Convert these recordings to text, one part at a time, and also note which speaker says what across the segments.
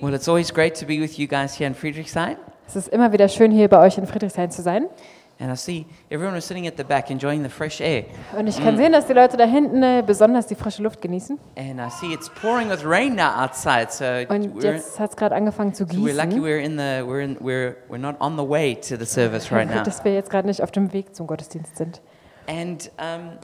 Speaker 1: Well, it's always great to be with you guys here in Friedrichshain.
Speaker 2: Es ist immer wieder schön, hier bei euch in Friedrichshain zu sein.
Speaker 1: And I see everyone is sitting at the back enjoying the fresh air.
Speaker 2: Und ich
Speaker 1: Mm.
Speaker 2: kann sehen, dass die Leute da hinten äh, besonders die frische Luft genießen.
Speaker 1: And I see it's pouring with rain now outside. So
Speaker 2: Und
Speaker 1: we're,
Speaker 2: jetzt hat es gerade angefangen zu
Speaker 1: so we're lucky
Speaker 2: gießen,
Speaker 1: we're in the we're in, we're we're not on the way to the service right now.
Speaker 2: dass wir jetzt gerade nicht auf dem Weg zum Gottesdienst sind.
Speaker 1: And um,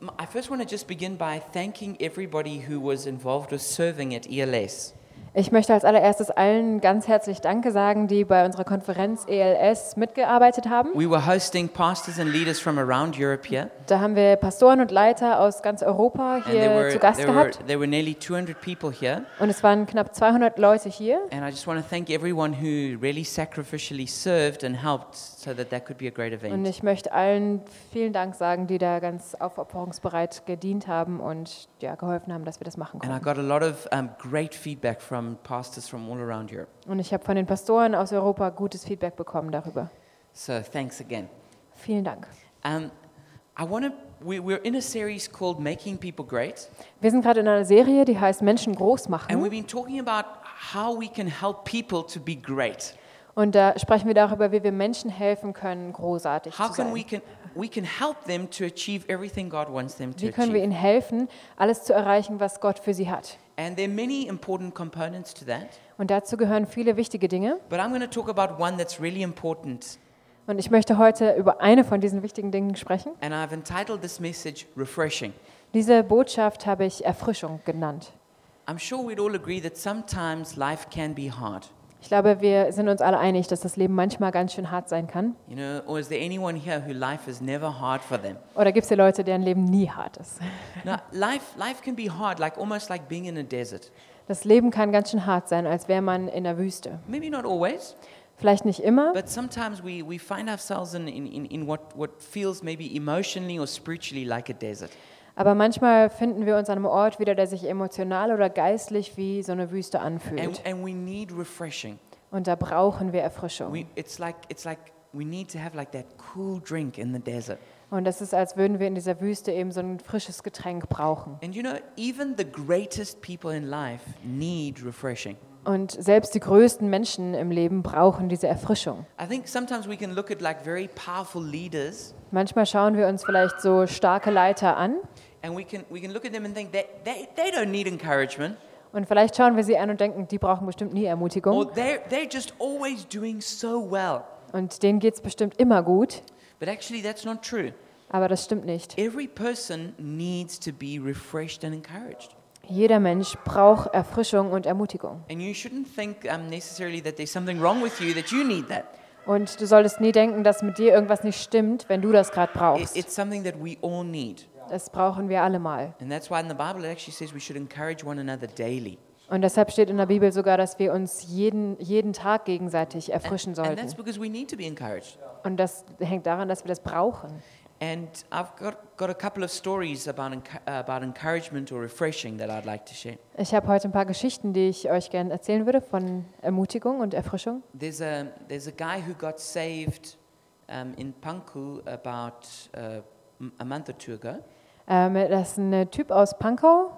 Speaker 1: m- I first want to just begin by thanking everybody who was involved with serving at E ELS.
Speaker 2: Ich möchte als allererstes allen ganz herzlich Danke sagen, die bei unserer Konferenz ELS mitgearbeitet haben.
Speaker 1: We were hosting pastors and leaders from around Europe here,
Speaker 2: Da haben wir Pastoren und Leiter aus ganz Europa
Speaker 1: and there
Speaker 2: hier
Speaker 1: were
Speaker 2: zu Gast
Speaker 1: there were,
Speaker 2: gehabt.
Speaker 1: there were nearly 200 people here.
Speaker 2: Und es waren knapp 200 Leute hier.
Speaker 1: And I just want to thank everyone who really sacrificially served and helped so that that could be a great
Speaker 2: Und
Speaker 1: event.
Speaker 2: ich möchte allen vielen Dank sagen, die da ganz aufopferungsbereit gedient haben und ja, geholfen haben, dass wir das machen
Speaker 1: And I
Speaker 2: konnten.
Speaker 1: got a lot of um, great feedback from pastors from all around Europe.
Speaker 2: Und ich habe von den Pastoren aus Europa gutes Feedback bekommen darüber.
Speaker 1: So thanks again.
Speaker 2: Vielen Dank.
Speaker 1: Um, I want to. We, we're in a series called Making People Great,
Speaker 2: Wir sind gerade in einer Serie, die heißt Menschen groß
Speaker 1: and
Speaker 2: machen.
Speaker 1: we've been talking about how we can help people to be great.
Speaker 2: Und da sprechen wir darüber, wie wir Menschen helfen können, großartig
Speaker 1: How
Speaker 2: zu
Speaker 1: can we can
Speaker 2: sein.
Speaker 1: we can help them to achieve everything God wants them to
Speaker 2: Wie können wir
Speaker 1: achieve?
Speaker 2: ihnen helfen, alles zu erreichen, was Gott für sie hat?
Speaker 1: And there are many important components to that,
Speaker 2: Und dazu gehören viele wichtige Dinge.
Speaker 1: but I'm going to talk about one that's really important
Speaker 2: Und ich möchte heute über eine von diesen wichtigen Dingen sprechen.
Speaker 1: And I've entitled this message Refreshing.
Speaker 2: Diese Botschaft habe ich Erfrischung genannt.
Speaker 1: I'm sure we'd all agree that sometimes life can be hard.
Speaker 2: Ich glaube, wir sind uns alle einig, dass das Leben manchmal ganz schön hart sein kann.
Speaker 1: You know, or is there anyone here who life is never hard for them?
Speaker 2: Oder gibt es hier Leute, deren Leben nie hart ist?
Speaker 1: Now, life, life can be hard, like almost like being in a desert.
Speaker 2: Das Leben kann ganz schön hart sein, als wäre man in der Wüste.
Speaker 1: Maybe not always,
Speaker 2: Vielleicht nicht immer,
Speaker 1: but sometimes we, we find ourselves in, in, in, in what, what feels maybe emotionally or spiritually like a desert.
Speaker 2: aber manchmal finden wir uns an einem Ort wieder, der sich emotional oder geistlich wie so eine Wüste
Speaker 1: And,
Speaker 2: anfühlt.
Speaker 1: and we need refreshing.
Speaker 2: Und da brauchen wir Erfrischung.
Speaker 1: We, it's, like, it's like we need to have like that cool drink in the desert.
Speaker 2: Und das ist, als würden wir in dieser Wüste eben so ein frisches Getränk brauchen.
Speaker 1: And you know, even the greatest people in life need refreshing.
Speaker 2: Und selbst die größten Menschen im Leben brauchen diese Erfrischung.
Speaker 1: I think sometimes we can look at like very powerful leaders
Speaker 2: Manchmal schauen wir uns vielleicht so starke Leiter an
Speaker 1: and we can, we can look at them and think that they, they don't need encouragement
Speaker 2: und vielleicht schauen wir sie an und denken, die brauchen bestimmt nie
Speaker 1: or
Speaker 2: Ermutigung
Speaker 1: they're, they're just always doing so well.
Speaker 2: und denen geht es bestimmt immer gut,
Speaker 1: But actually, that's not true.
Speaker 2: aber das stimmt nicht.
Speaker 1: Every person needs to be refreshed and encouraged.
Speaker 2: Jeder Mensch braucht Erfrischung und Ermutigung.
Speaker 1: And you shouldn't think um, necessarily that there's something wrong with you that you need that.
Speaker 2: Und du solltest nie denken, dass mit dir irgendwas nicht stimmt, wenn du das gerade
Speaker 1: It,
Speaker 2: brauchst.
Speaker 1: it's something that we all need.
Speaker 2: Das brauchen wir alle mal.
Speaker 1: And that's why in the Bible it actually says we should encourage one another daily.
Speaker 2: Und deshalb steht in der Bibel sogar, dass wir uns jeden, jeden Tag gegenseitig
Speaker 1: And-
Speaker 2: erfrischen
Speaker 1: And that's
Speaker 2: sollten.
Speaker 1: because we need to be encouraged.
Speaker 2: Und das hängt daran, dass wir das brauchen.
Speaker 1: And I've got, got a couple of stories about, enc- uh, about encouragement or refreshing that I'd like to share.
Speaker 2: Ich habe heute ein paar Geschichten, die ich euch gerne erzählen würde von Ermutigung und Erfrischung.
Speaker 1: There's a, there's a guy who got saved um, in Panku about uh, m- a month or two ago.
Speaker 2: Ähm, das ist ein Typ aus Pankow,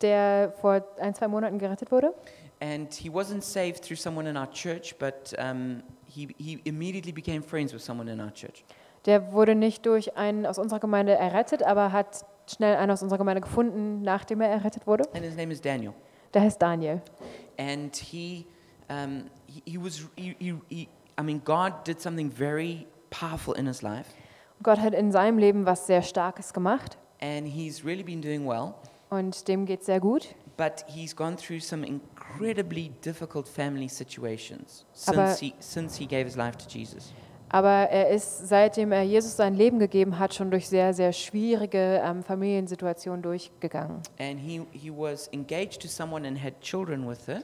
Speaker 2: der vor ein, zwei Monaten gerettet wurde.
Speaker 1: And he wasn't saved through someone in our church, but um, he, he immediately became friends with someone in our church.
Speaker 2: Der wurde nicht durch einen aus unserer Gemeinde errettet, aber hat schnell einen aus unserer Gemeinde gefunden, nachdem er errettet wurde.
Speaker 1: And his name is Daniel.
Speaker 2: Der heißt Daniel.
Speaker 1: And he, um, he, he was, he, he, he, I mean, God did something very powerful in his life.
Speaker 2: Gott hat in seinem Leben was sehr Starkes gemacht
Speaker 1: And he's really been doing well.
Speaker 2: und dem geht sehr gut.
Speaker 1: But he's gone through some incredibly difficult family situations
Speaker 2: Aber-
Speaker 1: since he, since he gave his life to Jesus.
Speaker 2: Aber er ist, seitdem er Jesus sein Leben gegeben hat, schon durch sehr, sehr schwierige ähm, Familiensituationen durchgegangen.
Speaker 1: And he, he was engaged to someone and had children with her.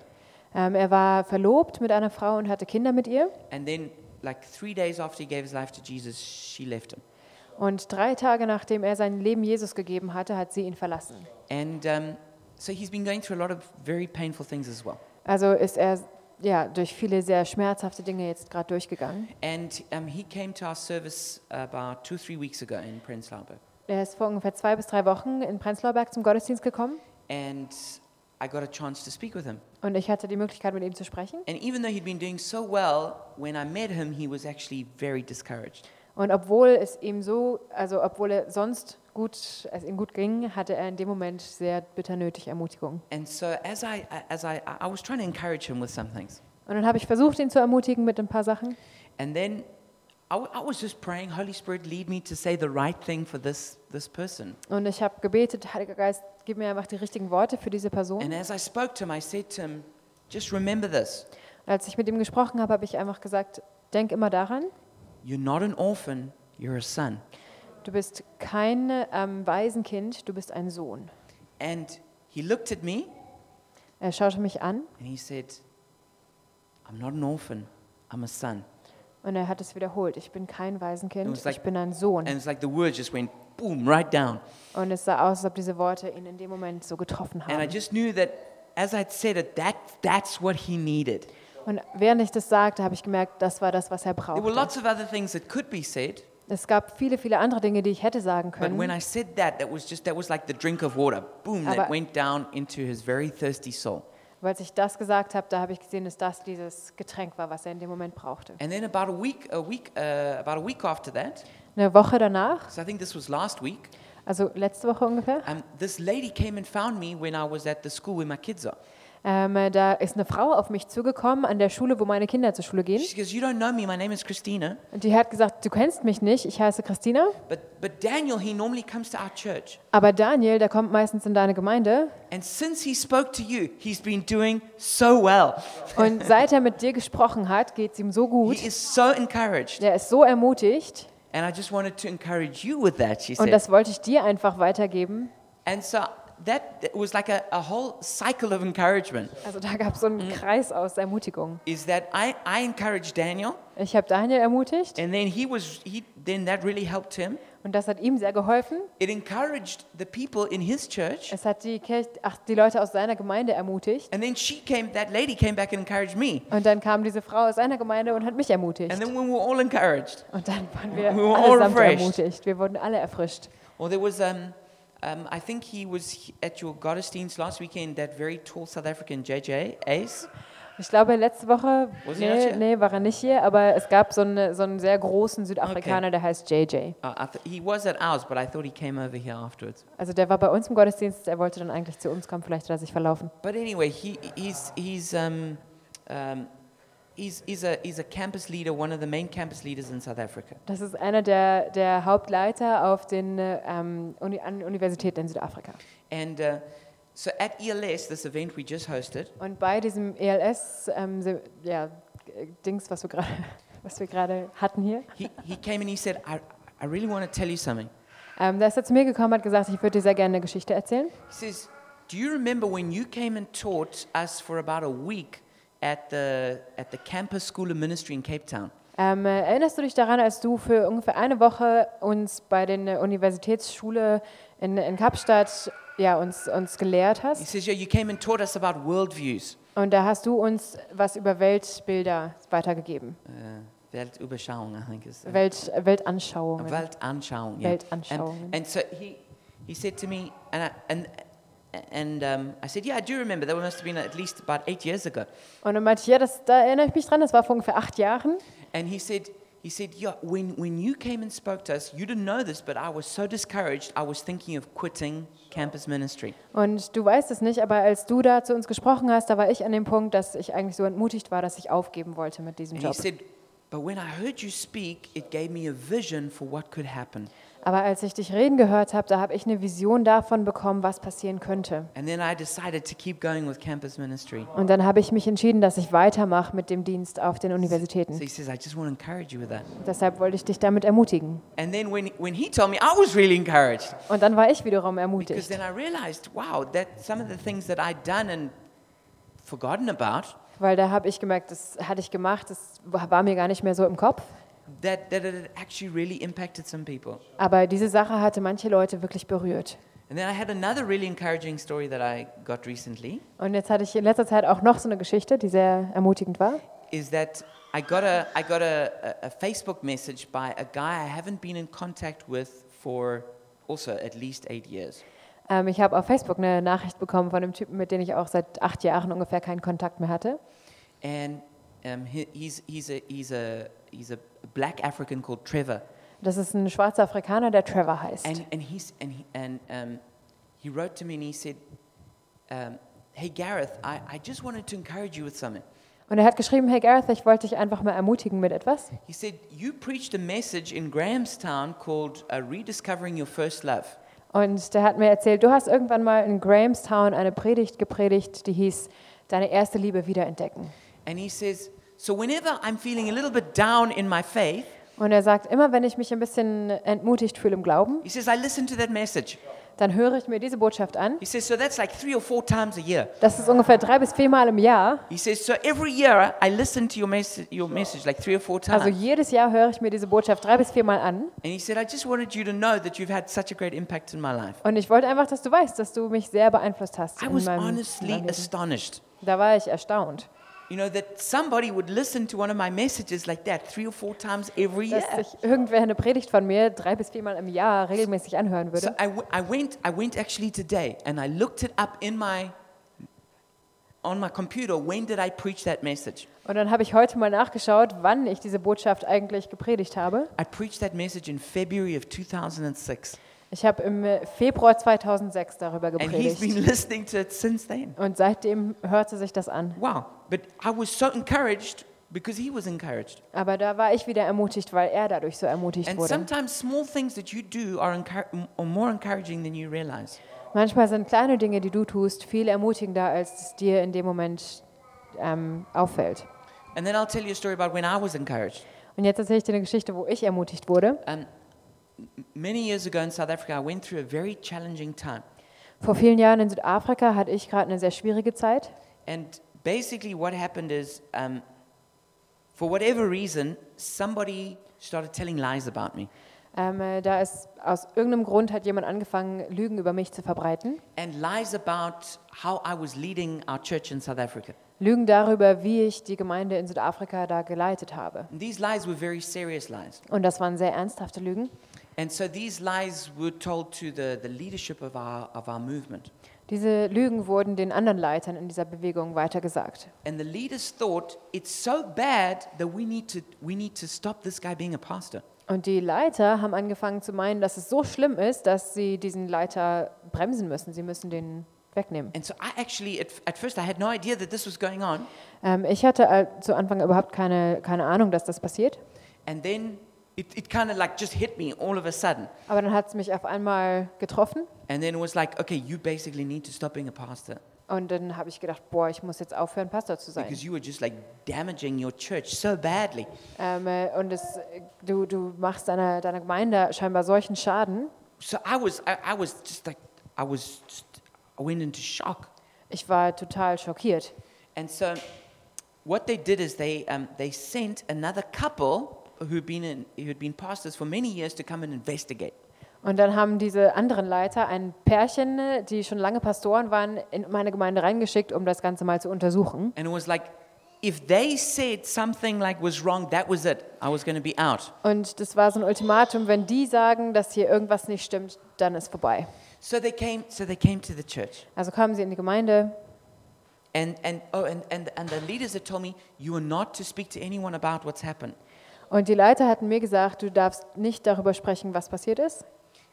Speaker 2: Ähm, er war verlobt mit einer Frau und hatte Kinder mit ihr.
Speaker 1: And then, like three days after he gave his life to Jesus, she left him.
Speaker 2: Und drei Tage nachdem er sein Leben Jesus gegeben hatte, hat sie ihn verlassen.
Speaker 1: And um, so he's been going through a lot of very painful things as well.
Speaker 2: Also ist er ja, durch viele sehr schmerzhafte Dinge jetzt gerade durchgegangen.
Speaker 1: And um, he came to our service about two, three weeks ago in Prenzlauer.
Speaker 2: Er ist vor ungefähr zwei bis drei Wochen in Prenzlauer Berg zum Gottesdienst gekommen.
Speaker 1: And I got a chance to speak with him.
Speaker 2: Und ich hatte die Möglichkeit, mit ihm zu sprechen.
Speaker 1: And even though he'd been doing so well, when I met him, he was actually very discouraged.
Speaker 2: Und obwohl es ihm so, also obwohl er sonst gut, es ihm gut ging, hatte er in dem Moment sehr bitter nötig Ermutigung.
Speaker 1: And so as I I- as I I was trying to encourage him with some things,
Speaker 2: Und dann habe ich versucht, ihn zu ermutigen mit ein paar Sachen.
Speaker 1: and then I, w- I was just praying, Holy Spirit, lead me to say the right thing for this this person.
Speaker 2: Und ich habe gebetet, Heiliger Geist, gib mir einfach die richtigen Worte für diese Person.
Speaker 1: And as I spoke to him, I said to him, just remember this:
Speaker 2: Als ich mit ihm gesprochen habe, habe ich einfach gesagt, denk immer daran,
Speaker 1: you're not an orphan, you're a son.
Speaker 2: du bist kein ähm, Waisenkind, du bist ein Sohn.
Speaker 1: And he looked at me
Speaker 2: Er schaute mich an
Speaker 1: and he said, I'm not an orphan, I'm a son.
Speaker 2: und er hat es wiederholt, ich bin kein
Speaker 1: It
Speaker 2: Waisenkind,
Speaker 1: was like-
Speaker 2: ich bin ein Sohn.
Speaker 1: And it's like the words just went boom right down.
Speaker 2: Und es sah aus, als ob diese Worte ihn in dem Moment so getroffen
Speaker 1: And I
Speaker 2: haben.
Speaker 1: just knew that as I'd said it, that, that's what he needed.
Speaker 2: Und während ich das sagte, habe ich gemerkt, das war das, was er
Speaker 1: There were
Speaker 2: brauchte.
Speaker 1: lots of other things that could be said,
Speaker 2: Es gab viele, viele andere Dinge, die ich hätte sagen
Speaker 1: but when
Speaker 2: können.
Speaker 1: I said that, that was just that was like the drink of water. Boom, that
Speaker 2: Aber-
Speaker 1: went down into his very thirsty soul.
Speaker 2: Aber als ich das gesagt habe, da habe ich gesehen, dass das dieses Getränk war, was er in dem Moment brauchte.
Speaker 1: And then about a week, a week, uh, about a week after that,
Speaker 2: Eine Woche danach,
Speaker 1: so I think this was last week,
Speaker 2: also letzte Woche ungefähr,
Speaker 1: um, this lady came and found me when I was at the school where my kids are.
Speaker 2: ähm, äh, da ist eine Frau auf mich zugekommen an der Schule, wo meine Kinder zur Schule gehen.
Speaker 1: She goes, "You don't know me. My name is Christina."
Speaker 2: Und die hat gesagt, du kennst mich nicht, ich heiße Christina,
Speaker 1: But but Daniel, he normally comes to our church.
Speaker 2: aber Daniel, der kommt meistens in deine Gemeinde.
Speaker 1: And since he spoke to you, he's been doing so well.
Speaker 2: Und seit er mit dir gesprochen hat, geht es ihm so gut.
Speaker 1: He is so encouraged.
Speaker 2: Der ist so ermutigt.
Speaker 1: And I just wanted to encourage you with that, she
Speaker 2: Und
Speaker 1: said.
Speaker 2: das wollte ich dir einfach weitergeben.
Speaker 1: And so that that was like a, a whole cycle of encouragement
Speaker 2: Also da gab es so
Speaker 1: Mhm.
Speaker 2: einen Kreis aus Ermutigung.
Speaker 1: is that I, I encouraged Daniel
Speaker 2: Ich habe Daniel ermutigt
Speaker 1: and then he was he then that really helped him.
Speaker 2: und das hat ihm sehr geholfen.
Speaker 1: It encouraged the people in his church.
Speaker 2: Es hat die, Kirche, ach, die Leute aus seiner Gemeinde ermutigt.
Speaker 1: And then she came that lady came back and encouraged me.
Speaker 2: Und dann kam diese Frau aus seiner Gemeinde und hat mich ermutigt.
Speaker 1: And then we were all encouraged.
Speaker 2: Und dann waren
Speaker 1: We
Speaker 2: wir
Speaker 1: were all
Speaker 2: allesamt
Speaker 1: refreshed.
Speaker 2: ermutigt. Wir wurden alle erfrischt.
Speaker 1: Well, there was, um, um, I think he was he- at your Gottesdienst last weekend, that very tall South African JJ Ace.
Speaker 2: Ich glaube, letzte Woche
Speaker 1: Wo ist er jetzt
Speaker 2: nee,
Speaker 1: hier?
Speaker 2: nee, war er nicht hier, aber es gab so, eine, so einen sehr großen Südafrikaner, der heißt JJ.
Speaker 1: Uh, I th- he was at ours, but I thought he came over here afterwards.
Speaker 2: Also der war bei uns im Gottesdienst, er wollte dann eigentlich zu uns kommen, vielleicht hat er sich verlaufen.
Speaker 1: But anyway, he, he's, he's, um, um, he's, he's, a, he's a campus leader, one of the main campus leaders in South Africa.
Speaker 2: Das ist einer der, der Hauptleiter auf den äh, ähm, Uni, an Universitäten in Südafrika.
Speaker 1: And uh, so at ELS, this event we just hosted,
Speaker 2: Und bei diesem ELS-Dings, ähm, Se- ja, äh, Dings, was wir gerade was wir gerade hatten hier,
Speaker 1: he, he came and he said, I, I really want to tell you something.
Speaker 2: ähm, da ist er zu mir gekommen und hat gesagt, ich würde dir sehr gerne eine Geschichte erzählen.
Speaker 1: He says, Do you remember when you came and taught us for about a week at the, at the Campus School of Ministry in Cape Town?
Speaker 2: Ähm, äh, erinnerst du dich daran, als du für ungefähr eine Woche uns bei den äh, Universitätsschule in, in Kapstadt ja, uns, uns gelehrt
Speaker 1: He
Speaker 2: hast?
Speaker 1: says, Yeah, you came and taught us about worldviews.
Speaker 2: Und da hast du uns was über Weltbilder weitergegeben,
Speaker 1: Uh, Weltanschauung, I think is the
Speaker 2: Welt, äh, Weltanschauungen.
Speaker 1: Weltanschauung, yeah. And,
Speaker 2: Weltanschauungen.
Speaker 1: and so he, he said to me, and I, and, and um, I said, Yeah, I do remember. That must have been at least about eight years ago.
Speaker 2: Und er meinte, ja, das, da erinnere ich mich dran, das war vor ungefähr acht Jahren.
Speaker 1: And he said, he said, yeah, when, when you came and spoke to us, you didn't know this, but I was so discouraged, I was thinking of quitting campus ministry.
Speaker 2: Und du weißt es nicht, aber als du da zu uns gesprochen hast, da war ich an dem Punkt, dass ich eigentlich so entmutigt war, dass ich aufgeben wollte mit diesem
Speaker 1: And he
Speaker 2: Job.
Speaker 1: said, But when I heard you speak, it gave me a vision for what could happen.
Speaker 2: Aber als ich dich reden gehört habe, da habe ich eine Vision davon bekommen, was passieren könnte.
Speaker 1: And then I decided to keep going with campus ministry.
Speaker 2: Und dann habe ich mich entschieden, dass ich weitermache mit dem Dienst auf den
Speaker 1: So
Speaker 2: Universitäten.
Speaker 1: he says, I just want to encourage you with that.
Speaker 2: Deshalb wollte ich dich damit ermutigen.
Speaker 1: And then when, when he told me, I was really encouraged
Speaker 2: Und dann war ich wiederum
Speaker 1: because
Speaker 2: ermutigt.
Speaker 1: then I realized, wow, that some of the things that I'd done and forgotten about,
Speaker 2: Weil da habe ich gemerkt, das hatte ich gemacht, das war mir gar nicht mehr so im Kopf.
Speaker 1: that, that it had actually really impacted some people.
Speaker 2: Aber diese Sache hatte manche Leute wirklich berührt.
Speaker 1: And then I had another really encouraging story that I got recently
Speaker 2: Und jetzt hatte ich in letzter Zeit auch noch so eine Geschichte, die sehr ermutigend war.
Speaker 1: is that I got a I got a, a, a Facebook message by a guy I haven't been in contact with for also at least eight years.
Speaker 2: Ähm, ich habe auf Facebook eine Nachricht bekommen von einem Typen, mit dem ich auch seit acht Jahren ungefähr keinen Kontakt mehr hatte.
Speaker 1: And um, he, he's, he's, a, he's, a, he's a black African called Trevor.
Speaker 2: Das ist ein schwarzer Afrikaner, der Trevor heißt.
Speaker 1: And, and, he's, and, he, and um, he wrote to me and he said, um, Hey Gareth, I, I just wanted to encourage you with something.
Speaker 2: Und er hat geschrieben, hey Gareth, ich wollte dich einfach mal ermutigen mit etwas.
Speaker 1: He said, You preached a message in Grahamstown called uh, Rediscovering Your First Love.
Speaker 2: Und der hat mir erzählt, du hast irgendwann mal in Grahamstown eine Predigt gepredigt, die hieß, deine erste Liebe wiederentdecken.
Speaker 1: And he says, So whenever I'm feeling a little bit down in my faith,
Speaker 2: Und er sagt, immer wenn ich mich ein bisschen entmutigt fühle im Glauben,
Speaker 1: he says, I listen to that message.
Speaker 2: dann höre ich mir diese Botschaft an.
Speaker 1: He says, So that's like three or four times a year.
Speaker 2: Das ist ungefähr drei bis viermal im Jahr.
Speaker 1: He says, So every year I listen to your, mes- your message like three or four times.
Speaker 2: Also jedes Jahr höre ich mir diese Botschaft drei bis viermal an.
Speaker 1: and he said, I just wanted you to know that you've had such a great impact in my life.
Speaker 2: Und ich wollte einfach, dass du weißt, dass du mich sehr beeinflusst hast.
Speaker 1: I
Speaker 2: In
Speaker 1: was
Speaker 2: meinem, in
Speaker 1: honestly
Speaker 2: meinem Leben.
Speaker 1: astonished.
Speaker 2: Da war ich erstaunt,
Speaker 1: You know, that somebody would listen to one of my messages like that three or four times every year.
Speaker 2: dass sich irgendwer eine Predigt von mir drei bis viermal im Jahr regelmäßig anhören
Speaker 1: So
Speaker 2: würde.
Speaker 1: I, w- I went I went actually today and I looked it up in my on my computer when did I preach that message?
Speaker 2: Und dann habe ich heute mal nachgeschaut, wann ich diese Botschaft eigentlich gepredigt habe.
Speaker 1: I preached that message in February of 2006
Speaker 2: Ich habe im äh, Februar 2006 darüber
Speaker 1: and he's
Speaker 2: gepredigt.
Speaker 1: been listening to it since then.
Speaker 2: Und seitdem hörte sich das an.
Speaker 1: Wow, but I was so encouraged because he was encouraged.
Speaker 2: Aber da war ich wieder ermutigt, weil er dadurch so ermutigt
Speaker 1: And
Speaker 2: wurde.
Speaker 1: sometimes small things that you do are, encour- are more encouraging than you realize.
Speaker 2: Manchmal sind kleine Dinge, die du tust, viel ermutigender, als es dir in dem Moment ähm, auffällt.
Speaker 1: And then I'll tell you a story about when I was encouraged.
Speaker 2: Und jetzt erzähle ich dir eine Geschichte, wo ich ermutigt wurde.
Speaker 1: Um, m- many years ago in South Africa, I went through a very challenging time.
Speaker 2: Vor vielen Jahren in Südafrika hatte ich gerade eine sehr schwierige Zeit.
Speaker 1: And basically, what happened is, um, for whatever reason, somebody started telling lies about me.
Speaker 2: Ähm, äh, da ist aus irgendeinem Grund hat jemand angefangen, Lügen über mich zu verbreiten.
Speaker 1: And lies about how I was leading our church in South Africa.
Speaker 2: Lügen darüber, wie ich die Gemeinde in Südafrika da geleitet habe.
Speaker 1: And these lies were very serious lies.
Speaker 2: Und das waren sehr ernsthafte Lügen.
Speaker 1: And so these lies were told to the, the leadership of our, of our movement.
Speaker 2: Diese Lügen wurden den anderen Leitern in dieser Bewegung weitergesagt.
Speaker 1: And the leaders thought, it's so bad that we need to, we need to stop this guy being a pastor.
Speaker 2: Und die Leiter haben angefangen zu meinen, dass es so schlimm ist, dass sie diesen Leiter bremsen müssen. Sie müssen den wegnehmen.
Speaker 1: And so I actually, at, at first, I had no idea that this was going on.
Speaker 2: Ähm, ich hatte äh, zu Anfang überhaupt keine, keine Ahnung, dass das passiert.
Speaker 1: And then it, it kind of like just hit me all of a sudden.
Speaker 2: Aber dann hat es mich auf einmal getroffen.
Speaker 1: And then it was like, okay, you basically need to stop being a pastor
Speaker 2: Und dann habe ich gedacht, boah, ich muss jetzt aufhören, Pastor zu sein.
Speaker 1: because you were just like damaging your church so badly.
Speaker 2: Ähm, äh, und es, du, du machst deiner, deiner Gemeinde scheinbar solchen Schaden.
Speaker 1: So I was, I, I was just like, I was, just, I went into shock.
Speaker 2: Ich war total schockiert.
Speaker 1: And so what they did is they, um, they sent another couple who'd been, in, who'd been pastors for many years to come and investigate.
Speaker 2: Und dann haben diese anderen Leiter ein Pärchen, äh, die schon lange Pastoren waren, in meine Gemeinde reingeschickt, um das Ganze mal zu untersuchen.
Speaker 1: And it was like, if they said something like was wrong, that was it. I was going to be out.
Speaker 2: Und das war so ein Ultimatum, wenn die sagen, dass hier irgendwas nicht stimmt, dann ist vorbei.
Speaker 1: So they came, so they came to the church.
Speaker 2: Also kamen sie in die Gemeinde
Speaker 1: And, and, oh, and, and, and the leaders had told me, you are not to speak to anyone about what's happened.
Speaker 2: und die Leiter hatten mir gesagt, du darfst nicht darüber sprechen, was passiert ist.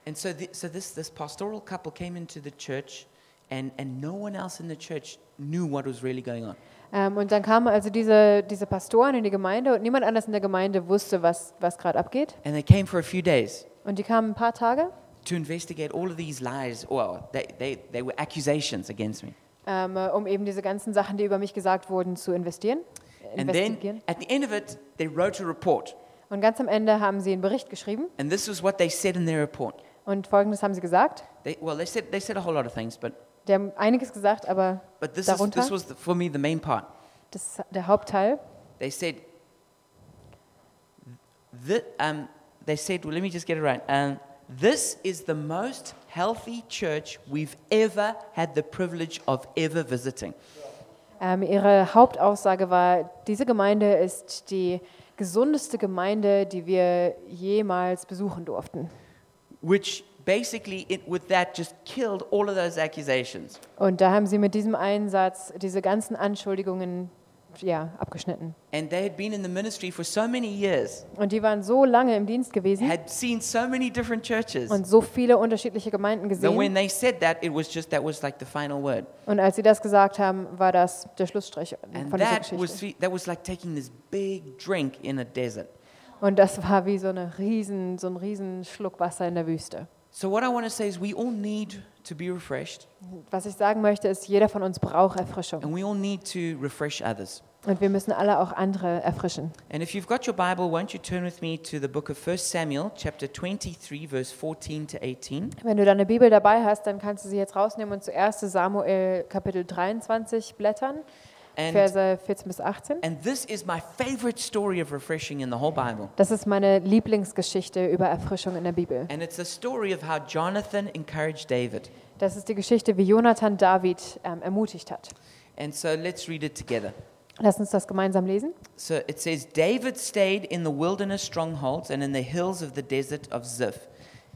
Speaker 1: And so, the, so this, this pastoral couple came into the church, and, and no one else in the church knew what was really going on.
Speaker 2: Ähm, und dann kamen also diese, diese Pastoren in die Gemeinde und niemand anders in der Gemeinde wusste, was, was gerade abgeht.
Speaker 1: And they came for a few days
Speaker 2: Und die kamen ein paar Tage,
Speaker 1: to investigate all of these lies. Well, they, they, they were accusations against me.
Speaker 2: ähm, äh, um eben diese ganzen Sachen, die über mich gesagt wurden, zu investieren. äh,
Speaker 1: And then
Speaker 2: Investigieren.
Speaker 1: at the end of it, they wrote a report.
Speaker 2: Und ganz am Ende haben sie einen Bericht geschrieben
Speaker 1: And this is what they said in their report.
Speaker 2: und Folgendes haben sie gesagt.
Speaker 1: They, well, they said, they said a whole lot of things, but,
Speaker 2: Die haben einiges gesagt, aber
Speaker 1: but this, is,
Speaker 2: Darunter?
Speaker 1: this was the, for me the main part.
Speaker 2: das ist der Hauptteil.
Speaker 1: They said, th- um, they said, well, let me just get it right. Um, this is the most healthy church we've ever had the privilege of ever visiting.
Speaker 2: Ähm, ihre Hauptaussage war, diese Gemeinde ist die gesundeste Gemeinde, die wir jemals besuchen durften.
Speaker 1: Which basically, it, with that, just killed all of those accusations.
Speaker 2: Und da haben sie mit diesem einen Satz diese ganzen Anschuldigungen ja, abgeschnitten.
Speaker 1: And they had been in the ministry for so many years,
Speaker 2: Und die waren so lange im Dienst gewesen
Speaker 1: had seen so many different churches.
Speaker 2: und so viele unterschiedliche Gemeinden
Speaker 1: That when
Speaker 2: gesehen.
Speaker 1: they said that, it was just that was like the final word,
Speaker 2: Und als sie das gesagt haben, war das der Schlussstrich
Speaker 1: and
Speaker 2: von dieser
Speaker 1: that was
Speaker 2: Geschichte.
Speaker 1: three, that was like taking this big drink in a desert.
Speaker 2: Und das war wie so, eine riesen, so ein riesen Schluck Wasser in der Wüste.
Speaker 1: So what I want to say is, we all need to be refreshed,
Speaker 2: Was ich sagen möchte, ist, jeder von uns braucht Erfrischung.
Speaker 1: and we all need to refresh others.
Speaker 2: Und wir müssen alle auch andere erfrischen.
Speaker 1: And if you've got your Bible, won't you turn with me to the book of 1 Samuel, chapter 23, verse 14 to 18?
Speaker 2: Wenn du deine Bibel dabei hast, dann kannst du sie jetzt rausnehmen und zu 1. Samuel Kapitel 23 blättern,
Speaker 1: And,
Speaker 2: Verse 14 bis 18.
Speaker 1: and this is my favorite story of refreshing in the whole Bible.
Speaker 2: Das ist meine Lieblingsgeschichte über Erfrischung in der Bibel.
Speaker 1: And it's a story of how Jonathan encouraged David.
Speaker 2: Das ist die Geschichte, wie Jonathan David ähm, ermutigt hat.
Speaker 1: And so let's read it together.
Speaker 2: Lass uns das gemeinsam lesen.
Speaker 1: So it says David stayed in the wilderness strongholds and in the hills of the desert of Ziph.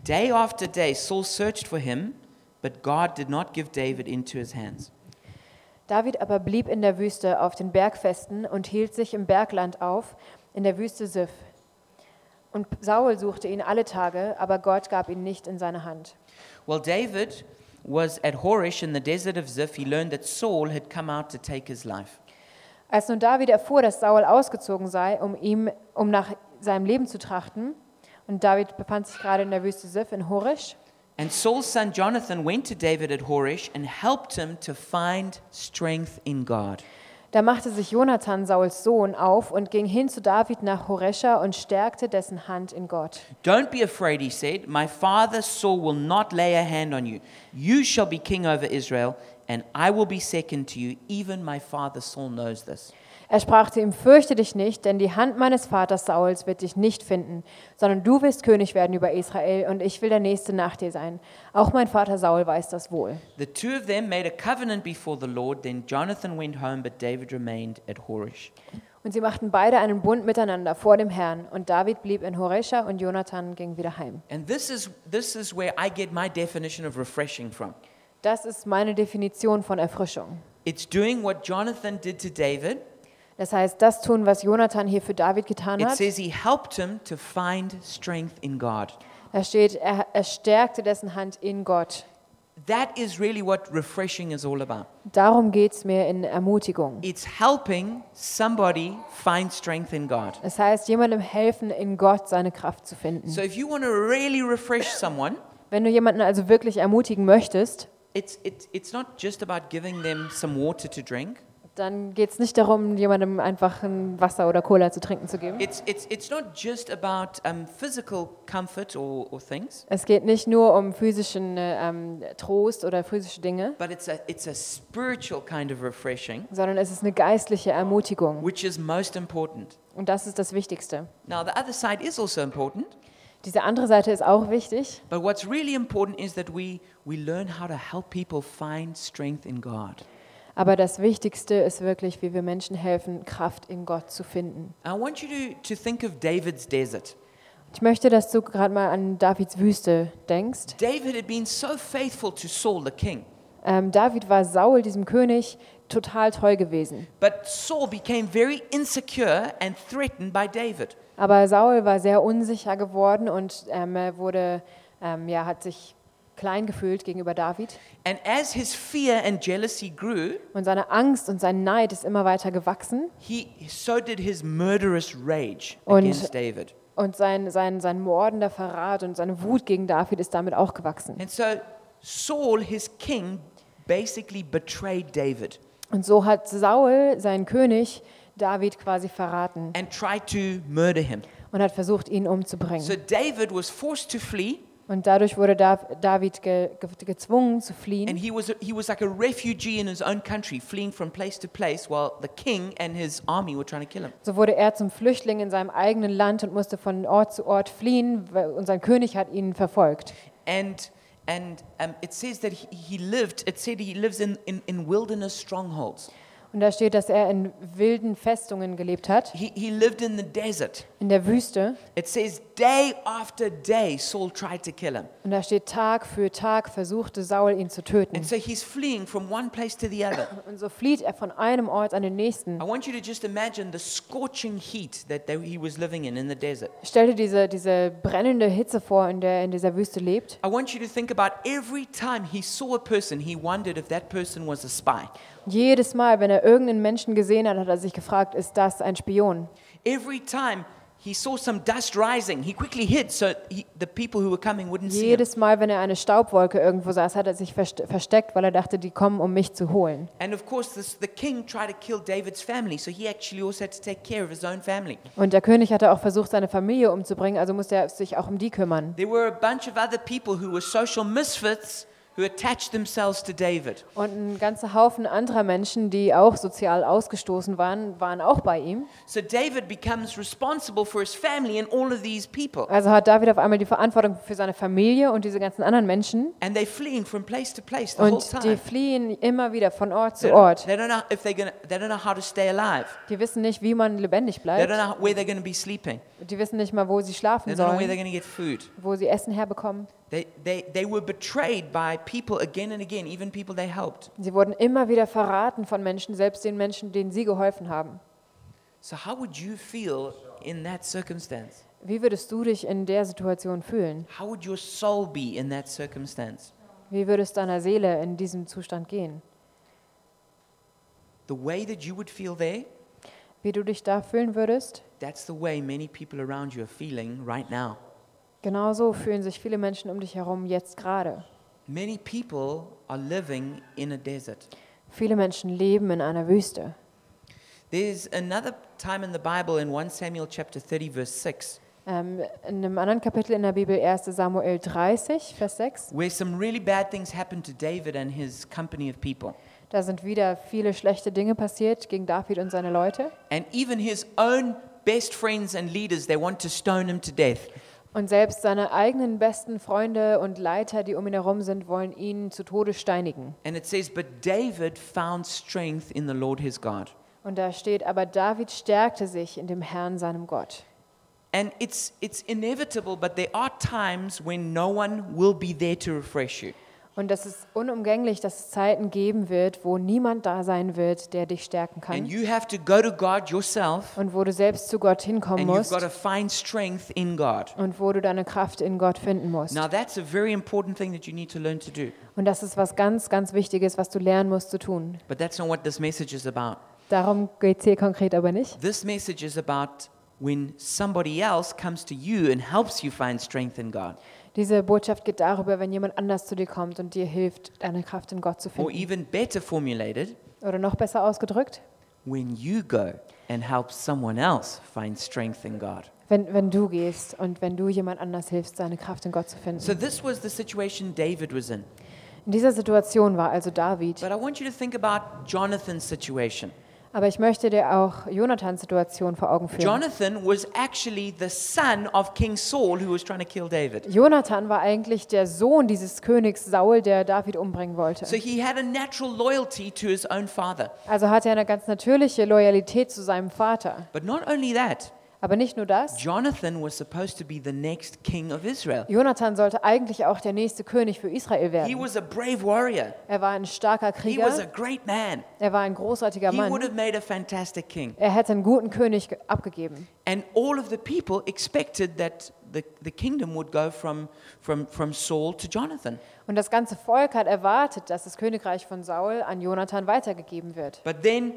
Speaker 1: Day after day, Saul searched for him, but God did not give David into his hands.
Speaker 2: David aber blieb in der Wüste auf den Bergfesten und hielt sich im Bergland auf, in der Wüste Sif. Und Saul suchte ihn alle Tage, aber Gott gab ihn nicht in seine Hand.
Speaker 1: While David was at Horish in the desert of Ziph, he learned that Saul had come out to take his life.
Speaker 2: Als nun David erfuhr, dass Saul ausgezogen sei, um ihm, um nach seinem Leben zu trachten, und David befand sich gerade in der Wüste Sif in Horisch,
Speaker 1: And Saul's son Jonathan went to David at Horish and helped him to find strength in God.
Speaker 2: da machte sich Jonathan, Sauls Sohn, auf und ging hin zu David nach Horesha und stärkte dessen Hand in Gott.
Speaker 1: Don't be afraid, he said. My father Saul will not lay a hand on you. You shall be king over Israel, and I will be second to you. Even my father Saul knows this.
Speaker 2: Er sprach zu ihm, fürchte dich nicht, denn die Hand meines Vaters Sauls wird dich nicht finden, sondern du wirst König werden über Israel und ich will der Nächste nach dir sein. Auch mein Vater Saul weiß das wohl.
Speaker 1: The two of them made a covenant before the Lord. Then Jonathan went home, but David remained at Horish.
Speaker 2: Und sie machten beide einen Bund miteinander vor dem Herrn und David blieb in Horesha und Jonathan ging wieder heim.
Speaker 1: And this is, this is where I get my definition of refreshing from.
Speaker 2: Das ist meine Definition von Erfrischung.
Speaker 1: It's doing what Jonathan did to David.
Speaker 2: Das heißt, das tun, was Jonathan hier für David getan
Speaker 1: It
Speaker 2: hat.
Speaker 1: says he helped him to find strength in God.
Speaker 2: Da steht, er, er stärkte dessen Hand in Gott.
Speaker 1: That is really what refreshing is all about.
Speaker 2: Darum geht es mir in Ermutigung.
Speaker 1: It's helping somebody find strength in God.
Speaker 2: Das heißt, jemandem helfen, in Gott seine Kraft zu finden.
Speaker 1: So if you want to really refresh someone,
Speaker 2: Wenn du jemanden also wirklich ermutigen möchtest,
Speaker 1: it's, it's, it's not just about giving them some water to drink.
Speaker 2: dann geht es nicht darum, jemandem einfach ein Wasser oder Cola zu trinken zu geben.
Speaker 1: It's, it's, it's not just about um, physical comfort or, or things,
Speaker 2: Es geht nicht nur um physischen äh, ähm, Trost oder physische Dinge,
Speaker 1: but it's a, it's a spiritual kind of refreshing,
Speaker 2: sondern es ist eine geistliche Ermutigung.
Speaker 1: which is most important.
Speaker 2: Und das ist das Wichtigste.
Speaker 1: Now, the other side is also important,
Speaker 2: Diese andere Seite ist auch wichtig.
Speaker 1: but what's really important is that we, we learn how to help people find strength in God.
Speaker 2: Aber das Wichtigste ist wirklich, wie wir Menschen helfen, Kraft in Gott zu finden.
Speaker 1: I want you to, to think of David's desert.
Speaker 2: Ich möchte, dass du gerade mal an Davids Wüste denkst.
Speaker 1: David had been so faithful to Saul, the king.
Speaker 2: Ähm, David war Saul, diesem König, total treu gewesen.
Speaker 1: But Saul became very insecure and threatened by David.
Speaker 2: Aber Saul war sehr unsicher geworden und ähm, er wurde, ähm, ja, hat sich klein gefühlt gegenüber David.
Speaker 1: And as his fear and jealousy grew,
Speaker 2: Und seine Angst und sein Neid ist immer weiter gewachsen.
Speaker 1: he, so did his murderous rage
Speaker 2: Und-
Speaker 1: against David.
Speaker 2: Und sein, sein, sein mordender Verrat und seine Wut gegen David ist damit auch gewachsen.
Speaker 1: And so Saul, his king, basically betrayed David
Speaker 2: Und so hat Saul, sein König, David quasi verraten
Speaker 1: and tried to murder him.
Speaker 2: und hat versucht, ihn
Speaker 1: So
Speaker 2: umzubringen.
Speaker 1: David was forced to flee,
Speaker 2: Und dadurch wurde Dav- David ge ge gezwungen zu
Speaker 1: and
Speaker 2: fliehen.
Speaker 1: he was, he was like a refugee in his own country, fleeing from place to place while the king and his army were trying to kill him.
Speaker 2: So wurde er zum Flüchtling in seinem eigenen Land und musste von Ort zu Ort fliehen weil- und sein König hat ihn verfolgt.
Speaker 1: and and um, it says that he, he lived it said he lives in, in, in wilderness strongholds
Speaker 2: Und da steht, dass er in wilden Festungen gelebt hat,
Speaker 1: He, he lived in the desert.
Speaker 2: in der Wüste.
Speaker 1: It says, day after day, Saul tried to kill him.
Speaker 2: Und da steht, Tag für Tag versuchte Saul ihn zu töten.
Speaker 1: And so he's fleeing from one place to the other.
Speaker 2: Und so flieht er von einem Ort an den nächsten.
Speaker 1: I want you to just imagine the scorching heat that they, he was living in in the desert.
Speaker 2: Stell dir diese, diese brennende Hitze vor, in der er in dieser Wüste lebt.
Speaker 1: I want you to think about every time he saw a person, he wondered if that person was a spy.
Speaker 2: Jedes Mal, wenn er irgendeinen Menschen gesehen hat, hat er sich gefragt, ist das ein Spion?
Speaker 1: Every time he saw some dust rising, he quickly hid so he, the people who were coming wouldn't see him.
Speaker 2: Jedes Mal, wenn er eine Staubwolke irgendwo saß, hat er sich verst- versteckt, weil er dachte, die kommen, um mich zu holen.
Speaker 1: And of course, this, the king tried to kill David's family, so he actually also had to take care of his own family.
Speaker 2: Und der König hatte auch versucht, seine Familie umzubringen, also musste er sich auch um die kümmern.
Speaker 1: There were a bunch of other people who were social misfits who attached themselves to David.
Speaker 2: Und ein ganzer Haufen anderer Menschen, die auch sozial ausgestoßen waren, waren auch bei ihm.
Speaker 1: So David becomes responsible for his family and all of these people.
Speaker 2: Also hat David auf einmal die Verantwortung für seine Familie und diese ganzen anderen Menschen.
Speaker 1: And they're fleeing from place to place the whole
Speaker 2: Und die
Speaker 1: time.
Speaker 2: fliehen immer wieder von Ort
Speaker 1: They
Speaker 2: zu
Speaker 1: don't,
Speaker 2: Ort.
Speaker 1: they don't know if they're gonna. They don't know how to stay alive.
Speaker 2: Die wissen nicht, wie man lebendig
Speaker 1: They don't
Speaker 2: bleibt.
Speaker 1: know where they're going to be sleeping.
Speaker 2: Die wissen nicht mal, wo sie
Speaker 1: They
Speaker 2: schlafen
Speaker 1: don't know where they're
Speaker 2: sollen,
Speaker 1: going to get food.
Speaker 2: wo sie Essen herbekommen.
Speaker 1: They, they, they were betrayed by people again and again, even people they helped.
Speaker 2: Sie wurden immer wieder verraten von Menschen, selbst den Menschen, denen sie geholfen haben.
Speaker 1: So how would you feel in that circumstance?
Speaker 2: Wie würdest du dich in der Situation fühlen?
Speaker 1: How would your soul be in that circumstance?
Speaker 2: Wie würde es deiner Seele in diesem Zustand gehen?
Speaker 1: The way that you would feel there,
Speaker 2: Wie du dich da fühlen würdest?
Speaker 1: that's the way many people around you are feeling right now.
Speaker 2: Genauso fühlen sich viele Menschen um dich herum jetzt gerade.
Speaker 1: Many people are living in a desert.
Speaker 2: Viele Menschen leben in einer Wüste.
Speaker 1: There's another time in the Bible in 1 Samuel chapter 30 verse 6
Speaker 2: Ähm, in einem anderen Kapitel in der Bibel, 1 Samuel 30, Vers 6,
Speaker 1: where some really bad things happened to David and his company of people.
Speaker 2: da sind wieder viele schlechte Dinge passiert gegen David und seine Leute.
Speaker 1: And even his own best friends and leaders, they want to stone him to death.
Speaker 2: Und selbst seine eigenen besten Freunde und Leiter, die um ihn herum sind, wollen ihn zu Tode steinigen.
Speaker 1: And it says, But David found strength in the Lord his God.
Speaker 2: Und da steht, aber David stärkte sich in dem Herrn, seinem Gott.
Speaker 1: And it's, it's inevitable, but there are times when no one will be there to refresh you.
Speaker 2: Und das ist unumgänglich, dass es Zeiten geben wird, wo niemand da sein wird, der dich stärken
Speaker 1: And
Speaker 2: kann.
Speaker 1: you have to go to God yourself,
Speaker 2: Und wo du selbst zu Gott hinkommen
Speaker 1: and you've
Speaker 2: musst
Speaker 1: got to find strength in God.
Speaker 2: und wo du deine Kraft in Gott finden musst.
Speaker 1: Now, that's a very important thing that you need to learn to do.
Speaker 2: Und das ist was ganz, ganz Wichtiges, was du lernen musst zu tun.
Speaker 1: But that's not what this message is about.
Speaker 2: Darum geht es hier konkret aber nicht.
Speaker 1: This message is about when somebody else comes to you and helps you find strength in God.
Speaker 2: Diese Botschaft geht darüber, wenn jemand anders zu dir kommt und dir hilft, deine Kraft in Gott zu
Speaker 1: Or
Speaker 2: finden.
Speaker 1: even better formulated,
Speaker 2: Oder noch besser ausgedrückt,
Speaker 1: when you go and help someone else find strength in God.
Speaker 2: wenn, wenn du gehst und wenn du jemand anders hilfst, seine Kraft in Gott zu
Speaker 1: So,
Speaker 2: finden.
Speaker 1: this was the situation David was in.
Speaker 2: In dieser Situation war also David.
Speaker 1: But I want you to think about Jonathan's situation.
Speaker 2: Aber ich möchte dir auch Jonathans Situation vor Augen führen.
Speaker 1: Jonathan was actually the son of King Saul who was trying to kill David.
Speaker 2: Jonathan war eigentlich der Sohn dieses Königs Saul, der David umbringen wollte.
Speaker 1: So, he had a natural loyalty to his own father.
Speaker 2: Also hatte er eine ganz natürliche Loyalität zu seinem Vater.
Speaker 1: But not only that,
Speaker 2: Aber nicht nur das.
Speaker 1: Jonathan was supposed to be the next king of Israel.
Speaker 2: Jonathan sollte eigentlich auch der nächste König für Israel
Speaker 1: He
Speaker 2: werden.
Speaker 1: was a brave warrior,
Speaker 2: Er war ein starker
Speaker 1: he was a
Speaker 2: Krieger,
Speaker 1: great man.
Speaker 2: er war ein großartiger
Speaker 1: He would
Speaker 2: Mann.
Speaker 1: have made a fantastic king.
Speaker 2: Er hätte einen guten König ge- abgegeben.
Speaker 1: And all of the people expected that the, the kingdom would go from, from, from Saul to Jonathan.
Speaker 2: Und das ganze Volk hat erwartet, dass das Königreich von Saul an Jonathan weitergegeben wird.
Speaker 1: But then,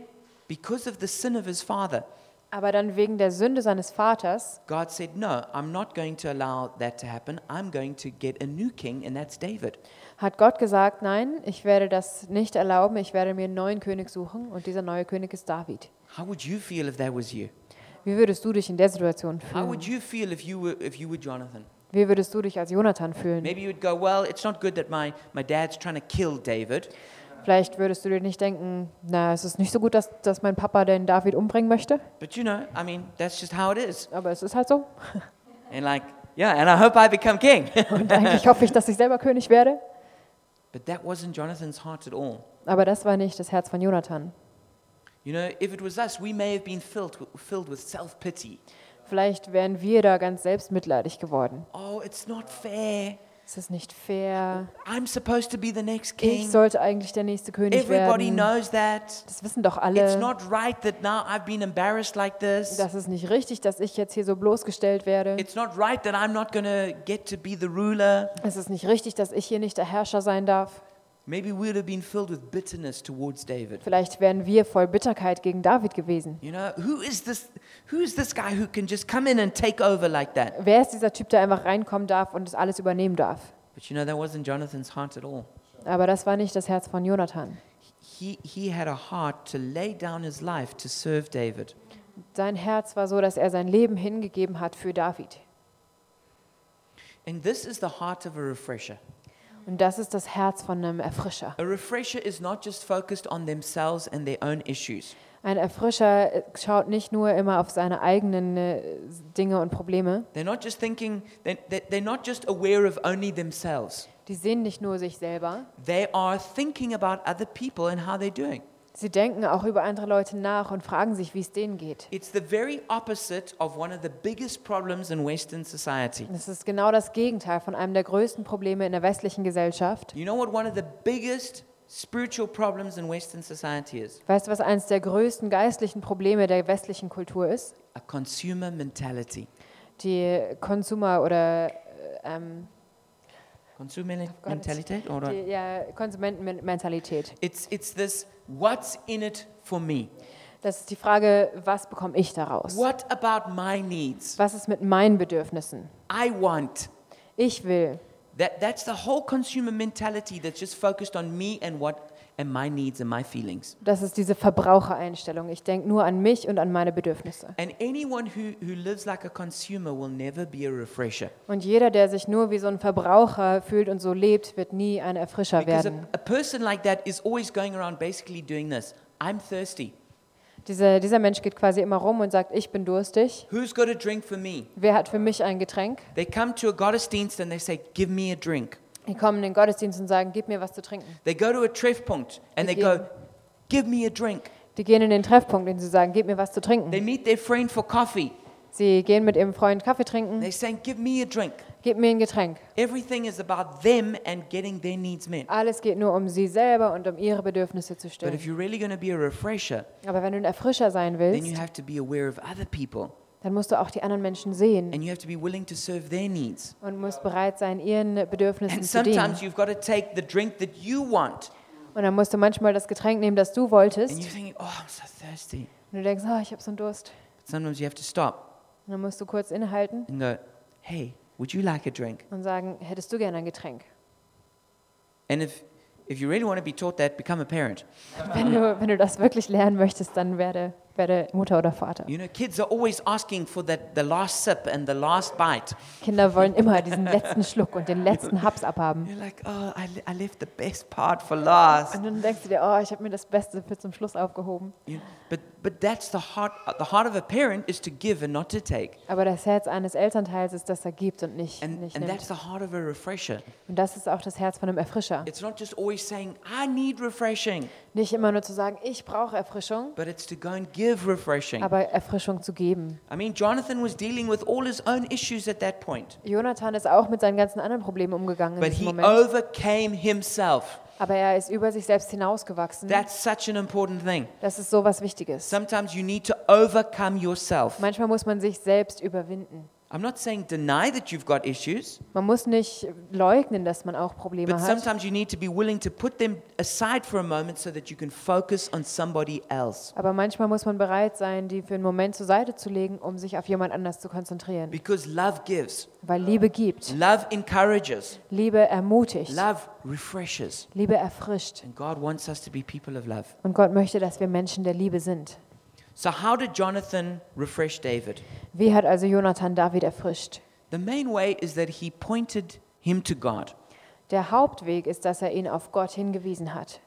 Speaker 1: because of the sin of his father,
Speaker 2: Aber dann wegen der Sünde seines Vaters
Speaker 1: God said, No, I'm not going to allow that to happen. I'm going to get a new king, and that's David.
Speaker 2: hat Gott gesagt, nein, ich werde das nicht erlauben, ich werde mir einen neuen König suchen und dieser neue König ist David.
Speaker 1: How would you feel if that was you?
Speaker 2: Wie würdest du dich in der Situation
Speaker 1: How
Speaker 2: fühlen?
Speaker 1: would you feel if you were, if you were Jonathan?
Speaker 2: Wie würdest du dich als Jonathan fühlen?
Speaker 1: Maybe you would go, Well, it's not good that my, my dad's trying to kill David.
Speaker 2: Vielleicht würdest du dir nicht denken, na, es ist nicht so gut, dass, dass mein Papa den David umbringen möchte.
Speaker 1: But you know, I mean, that's just how it is.
Speaker 2: Aber es ist halt so.
Speaker 1: And like, yeah, and I hope I become king.
Speaker 2: Und eigentlich hoffe ich, dass ich selber König werde.
Speaker 1: but that wasn't Jonathan's heart at all.
Speaker 2: Aber das war nicht das Herz von Jonathan.
Speaker 1: You know, if it was us, we may have been filled, filled with self pity.
Speaker 2: Vielleicht wären wir da ganz selbstmitleidig geworden.
Speaker 1: Oh, it's not fair.
Speaker 2: Es ist nicht fair.
Speaker 1: I'm supposed to be the next
Speaker 2: Ich
Speaker 1: king.
Speaker 2: sollte eigentlich der nächste König
Speaker 1: Everybody
Speaker 2: werden.
Speaker 1: knows that.
Speaker 2: Das wissen doch
Speaker 1: It's
Speaker 2: alle.
Speaker 1: not right that now I've been embarrassed like this.
Speaker 2: Das ist nicht richtig, dass ich jetzt hier so bloßgestellt werde.
Speaker 1: It's not right that I'm not going to get to be the ruler.
Speaker 2: Es ist nicht richtig, dass ich hier nicht der Herrscher sein darf.
Speaker 1: Maybe we would have been filled with bitterness towards David.
Speaker 2: Vielleicht wären wir voll Bitterkeit gegen David gewesen.
Speaker 1: You know, who is this who is this guy who can just come in and take over like that?
Speaker 2: Wer ist dieser Typ, der einfach reinkommen darf und das alles übernehmen darf?
Speaker 1: But you know that wasn't Jonathan's heart at all.
Speaker 2: Aber das war nicht das Herz von Jonathan.
Speaker 1: He he had a heart to lay down his life to serve David.
Speaker 2: Sein Herz war so, dass er sein Leben hingegeben hat für David.
Speaker 1: And this is the heart of a refresher.
Speaker 2: Und das ist das Herz von einem Erfrischer.
Speaker 1: A refresher is not just focused on themselves and their own issues.
Speaker 2: Ein Erfrischer äh, schaut nicht nur immer auf seine eigenen äh, Dinge und Probleme.
Speaker 1: They're not just thinking, they- they- they're not just aware of only themselves.
Speaker 2: Die sehen nicht nur sich selber.
Speaker 1: They are thinking about other people and how they're doing.
Speaker 2: Sie denken auch über andere Leute nach und fragen sich, wie es denen geht.
Speaker 1: It's the very opposite of one of the biggest problems in Western society.
Speaker 2: Das ist genau das Gegenteil von einem der größten Probleme in der westlichen Gesellschaft.
Speaker 1: You know what one of the biggest spiritual problems in Western society is?
Speaker 2: Weißt du, was eines der größten geistlichen Probleme der westlichen Kultur ist?
Speaker 1: A consumer mentality.
Speaker 2: Die Konsumer- oder äh, ähm,
Speaker 1: Consumer
Speaker 2: Gott, it's-
Speaker 1: mentality? Or
Speaker 2: die ja, Konsumentenmentalität.
Speaker 1: it's, it's this what's in it for me?
Speaker 2: Das ist die Frage, was bekomme ich daraus?
Speaker 1: What about my needs?
Speaker 2: Was ist mit meinen Bedürfnissen?
Speaker 1: I want.
Speaker 2: Ich will.
Speaker 1: That, that's the whole consumer mentality that's just focused on me and what and my needs and my feelings.
Speaker 2: Das ist diese Verbrauchereinstellung. Ich denke nur an mich und an meine Bedürfnisse.
Speaker 1: And anyone who, who lives like a consumer will never be a refresher.
Speaker 2: Und jeder, der sich nur wie so ein Verbraucher fühlt und so lebt, wird nie ein Erfrischer
Speaker 1: Because
Speaker 2: werden.
Speaker 1: a, a person like that is always going around basically doing this I'm thirsty.
Speaker 2: Diese, dieser Mensch geht quasi immer rum und sagt, ich bin durstig.
Speaker 1: Who's got a drink for me?
Speaker 2: Wer hat für mich ein Getränk?
Speaker 1: They come to a Gottesdienst and they say, Give me a drink.
Speaker 2: Die kommen in den Gottesdienst und sagen, gib mir was zu trinken.
Speaker 1: They go to a Treffpunkt and they
Speaker 2: They
Speaker 1: go, Give me a drink.
Speaker 2: Die gehen in den Treffpunkt und sie sagen, gib mir was zu
Speaker 1: They
Speaker 2: trinken.
Speaker 1: meet their friend for coffee.
Speaker 2: Sie gehen mit ihrem Freund Kaffee trinken,
Speaker 1: They're saying, Give me a drink.
Speaker 2: gib mir ein Getränk.
Speaker 1: Everything is about them and getting their needs met.
Speaker 2: Alles geht nur um sie selber und um ihre Bedürfnisse zu
Speaker 1: But
Speaker 2: stillen.
Speaker 1: if you're really going to be a refresher,
Speaker 2: Aber wenn du ein Erfrischer sein
Speaker 1: then you
Speaker 2: willst,
Speaker 1: have to be aware of other people
Speaker 2: dann musst du auch die anderen Menschen sehen
Speaker 1: and you have to be willing to serve their needs.
Speaker 2: und musst bereit sein, ihren Bedürfnissen
Speaker 1: And
Speaker 2: zu dienen.
Speaker 1: sometimes you've got to take the drink that you want
Speaker 2: Und dann musst du manchmal das Getränk nehmen, das du
Speaker 1: and you're
Speaker 2: wolltest.
Speaker 1: thinking, Oh, I'm so thirsty.
Speaker 2: Und du denkst, oh, ich habe so einen Durst.
Speaker 1: Sometimes you have to stop
Speaker 2: Und dann musst du kurz innehalten
Speaker 1: and go, Hey, would you like a drink?
Speaker 2: und sagen, hättest du gerne ein Getränk?
Speaker 1: And if, if you really want to be taught that, become a parent.
Speaker 2: Wenn du, wenn du das wirklich lernen möchtest, dann werde, werde Mutter oder Vater.
Speaker 1: You know, kids are always asking for that, the last sip and the last bite.
Speaker 2: Kinder wollen immer diesen letzten Schluck und den letzten Haps abhaben.
Speaker 1: You're like, oh, I, le- I left the best part for last.
Speaker 2: Und dann denkst du dir, oh, ich habe mir das Beste für zum Schluss aufgehoben.
Speaker 1: You- but, but that's the heart, the heart of a parent is to give and not to take.
Speaker 2: Aber das Herz eines Elternteils ist, dass er gibt und nicht,
Speaker 1: And,
Speaker 2: nicht
Speaker 1: and that's
Speaker 2: nimmt.
Speaker 1: the heart of a refresher.
Speaker 2: Und das ist auch das Herz von einem Erfrischer.
Speaker 1: It's not just always saying, I need refreshing,
Speaker 2: Nicht immer nur zu sagen, ich brauche Erfrischung,
Speaker 1: but it's to go and give refreshing.
Speaker 2: aber Erfrischung zu geben.
Speaker 1: I mean, Jonathan was dealing with all his own issues at that point,
Speaker 2: Jonathan ist auch mit seinen ganzen anderen Problemen umgegangen in
Speaker 1: but
Speaker 2: diesem
Speaker 1: he
Speaker 2: Moment.
Speaker 1: overcame himself.
Speaker 2: Aber er ist über sich selbst hinausgewachsen.
Speaker 1: That's such an important thing.
Speaker 2: Das ist so was Wichtiges.
Speaker 1: Sometimes you need to overcome yourself.
Speaker 2: Manchmal muss man sich selbst überwinden.
Speaker 1: I'm not saying deny that you've got issues,
Speaker 2: Man muss nicht leugnen, dass man auch Probleme
Speaker 1: but
Speaker 2: hat.
Speaker 1: sometimes you need to be willing to put them aside for a moment so that you can focus on somebody else.
Speaker 2: Aber manchmal muss man bereit sein, die für einen Moment zur Seite zu legen, um sich auf jemand anders zu konzentrieren.
Speaker 1: Because love gives,
Speaker 2: Weil Liebe gibt,
Speaker 1: love encourages,
Speaker 2: Liebe ermutigt,
Speaker 1: love refreshes.
Speaker 2: Liebe erfrischt.
Speaker 1: And God wants us to be people of love.
Speaker 2: Und Gott möchte, dass wir Menschen der Liebe sind.
Speaker 1: So, how did Jonathan refresh David?
Speaker 2: Wie hat also Jonathan David erfrischt?
Speaker 1: The main way is that he pointed him to God.
Speaker 2: Der Hauptweg ist, dass er ihn auf Gott hingewiesen hat.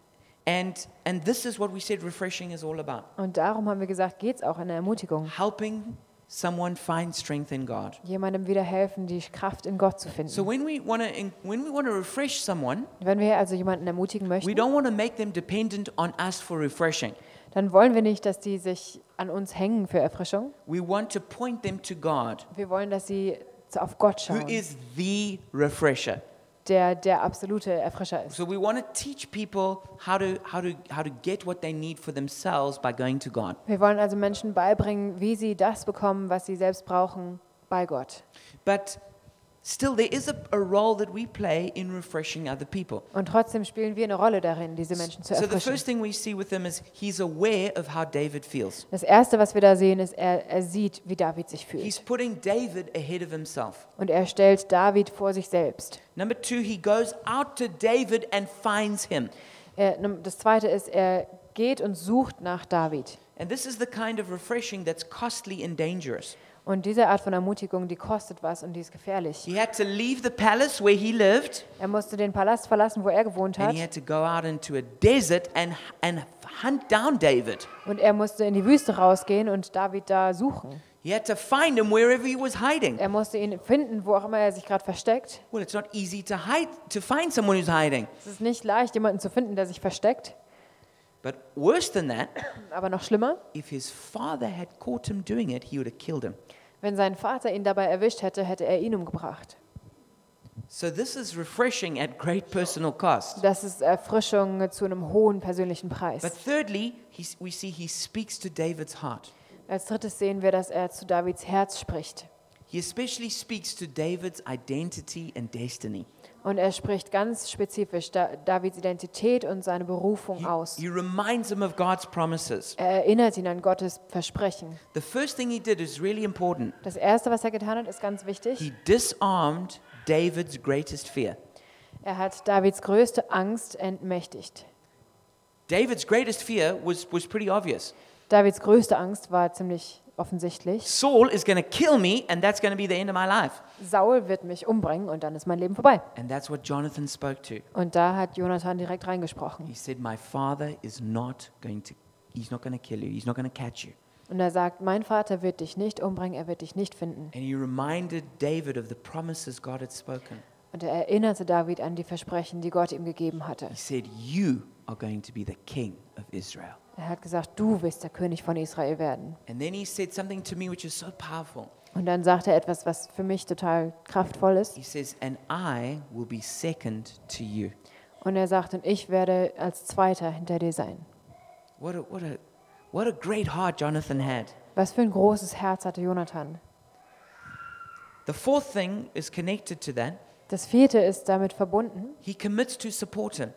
Speaker 1: And, and this is what we said refreshing is all about
Speaker 2: Und darum haben wir gesagt, geht's auch in der Ermutigung.
Speaker 1: helping someone find strength in God.
Speaker 2: Jemandem wieder helfen, die Kraft in Gott zu
Speaker 1: So
Speaker 2: finden.
Speaker 1: when we want to when we want to refresh someone,
Speaker 2: Wenn wir also jemanden ermutigen
Speaker 1: we
Speaker 2: möchten,
Speaker 1: don't want to make them dependent on us for refreshing.
Speaker 2: dann wollen wir nicht, dass die sich an uns hängen für Erfrischung.
Speaker 1: We want to point them to God,
Speaker 2: Wir wollen, dass sie zu- auf Gott
Speaker 1: who
Speaker 2: schauen,
Speaker 1: is the refresher.
Speaker 2: der der absolute Erfrischer ist.
Speaker 1: So we want to teach people how to, how, to, how to get what they need for themselves by going to God.
Speaker 2: Wir wollen also Menschen beibringen, wie sie das bekommen, was sie selbst brauchen, bei Gott.
Speaker 1: But still, there is a, a role that we play in refreshing other people.
Speaker 2: Und trotzdem spielen wir eine Rolle darin, diese Menschen zu
Speaker 1: So the
Speaker 2: erfrischen.
Speaker 1: first thing we see with him is he's aware of how David feels.
Speaker 2: Das Erste, was wir da sehen, ist, er, er sieht, wie David sich
Speaker 1: He's
Speaker 2: fühlt.
Speaker 1: putting David ahead of himself.
Speaker 2: Und er stellt David vor sich selbst.
Speaker 1: Number two, he goes out to David and finds him.
Speaker 2: Er, num- das Zweite ist, er geht und sucht nach David.
Speaker 1: And this is the kind of refreshing that's costly and dangerous.
Speaker 2: Und diese Art von Ermutigung, die kostet was und die ist gefährlich.
Speaker 1: He had to leave the palace where he lived,
Speaker 2: Er musste den Palast verlassen, wo er gewohnt
Speaker 1: and
Speaker 2: hat.
Speaker 1: he had to go out into a desert and, and hunt down David.
Speaker 2: Und er musste in die Wüste rausgehen und David da suchen.
Speaker 1: He had to find him wherever he was hiding.
Speaker 2: Er musste ihn finden, wo auch immer er sich gerade versteckt.
Speaker 1: Well, it's not easy to hide to find someone who's hiding.
Speaker 2: Es ist nicht leicht, jemanden zu finden, der sich versteckt.
Speaker 1: But worse than that,
Speaker 2: Aber noch schlimmer,
Speaker 1: if his father had caught him doing it, he would have killed him.
Speaker 2: wenn sein Vater ihn dabei erwischt hätte, hätte er ihn umgebracht.
Speaker 1: So this is refreshing at great personal cost.
Speaker 2: Das ist Erfrischung zu einem hohen persönlichen
Speaker 1: But
Speaker 2: Preis.
Speaker 1: thirdly, he, we see he speaks to David's heart.
Speaker 2: Als drittes sehen wir, dass er zu Davids Herz spricht.
Speaker 1: He especially speaks to David's identity and destiny.
Speaker 2: Und er spricht ganz spezifisch Da- Davids Identität und seine Berufung
Speaker 1: He,
Speaker 2: aus.
Speaker 1: he reminds him of God's promises.
Speaker 2: Er erinnert ihn an Gottes Versprechen.
Speaker 1: The first thing he did is really important.
Speaker 2: Das Erste, was er getan hat, ist ganz wichtig.
Speaker 1: He disarmed David's greatest fear.
Speaker 2: Er hat Davids größte Angst entmächtigt.
Speaker 1: David's greatest fear was, was pretty obvious.
Speaker 2: Davids größte Angst war ziemlich offensichtlich.
Speaker 1: Saul is going to kill me, and that's going to be the end of my life.
Speaker 2: Saul wird mich umbringen und dann ist mein Leben vorbei.
Speaker 1: And that's what Jonathan spoke to.
Speaker 2: Und da hat Jonathan direkt
Speaker 1: He
Speaker 2: reingesprochen.
Speaker 1: said, My father is not going to, he's not going to kill you, he's not going to catch you.
Speaker 2: Und er sagt, mein Vater wird dich nicht umbringen, er wird dich nicht finden.
Speaker 1: And he reminded David of the promises God had spoken.
Speaker 2: Und er erinnerte David an die Versprechen, die Gott ihm gegeben hatte.
Speaker 1: He said, You are going to be the king of Israel.
Speaker 2: Er hat gesagt, du wirst der König von Israel werden.
Speaker 1: And then he said something to me which is so powerful.
Speaker 2: Und dann sagt er etwas, was für mich total kraftvoll ist.
Speaker 1: He says, And I will be second to you.
Speaker 2: Und er sagt, und ich werde als Zweiter hinter dir sein.
Speaker 1: What a, what a, what a great heart Jonathan had.
Speaker 2: Was für ein großes Herz hatte Jonathan.
Speaker 1: The fourth thing is connected to that.
Speaker 2: Das vierte ist damit verbunden.
Speaker 1: He commits to support him.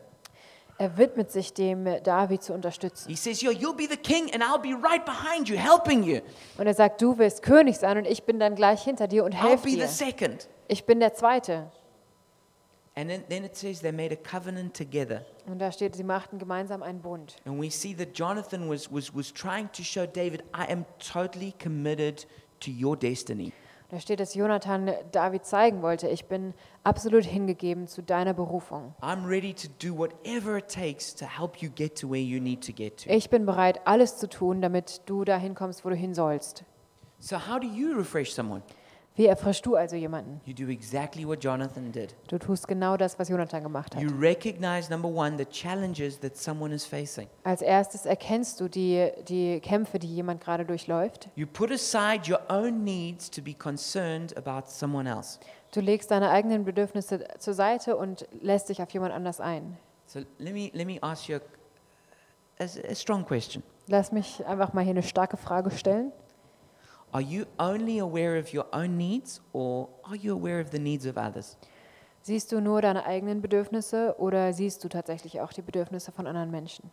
Speaker 2: Er widmet sich dem, äh, David zu unterstützen.
Speaker 1: He says, Yo, you'll be the king, and I'll be right behind you, helping you.
Speaker 2: Und er sagt, du wirst König sein und ich bin dann gleich hinter dir und
Speaker 1: I'll
Speaker 2: helfe
Speaker 1: be the
Speaker 2: dir.
Speaker 1: second.
Speaker 2: Ich bin der Zweite.
Speaker 1: And then, then it says they made a covenant together.
Speaker 2: Und da steht, sie machten gemeinsam einen Bund.
Speaker 1: And we see that Jonathan was, was, was trying to show David, I am totally committed to your destiny.
Speaker 2: Da steht, dass Jonathan David zeigen wollte, ich bin absolut hingegeben zu deiner Berufung.
Speaker 1: I'm ready to do whatever it takes to help you get to where you need to get to.
Speaker 2: Ich bin bereit, alles zu tun, damit du dahin kommst, wo du hin sollst.
Speaker 1: So, how do you refresh someone?
Speaker 2: Wie erfrischst du also jemanden?
Speaker 1: You do exactly what Jonathan did.
Speaker 2: Du tust genau das, was Jonathan gemacht hat.
Speaker 1: You recognize, number one, the challenges that someone is facing.
Speaker 2: Als erstes erkennst du die, die Kämpfe, die jemand gerade durchläuft.
Speaker 1: You put aside your own needs to be concerned about someone else.
Speaker 2: Du legst deine eigenen Bedürfnisse zur Seite und lässt dich auf jemand anders ein.
Speaker 1: So, let me, let me ask you a, a, a strong question.
Speaker 2: Lass mich einfach mal hier eine starke Frage stellen.
Speaker 1: Are you only aware of your own needs or are you aware of the needs of others?
Speaker 2: Siehst du nur deine eigenen Bedürfnisse oder siehst du tatsächlich auch die Bedürfnisse von anderen Menschen?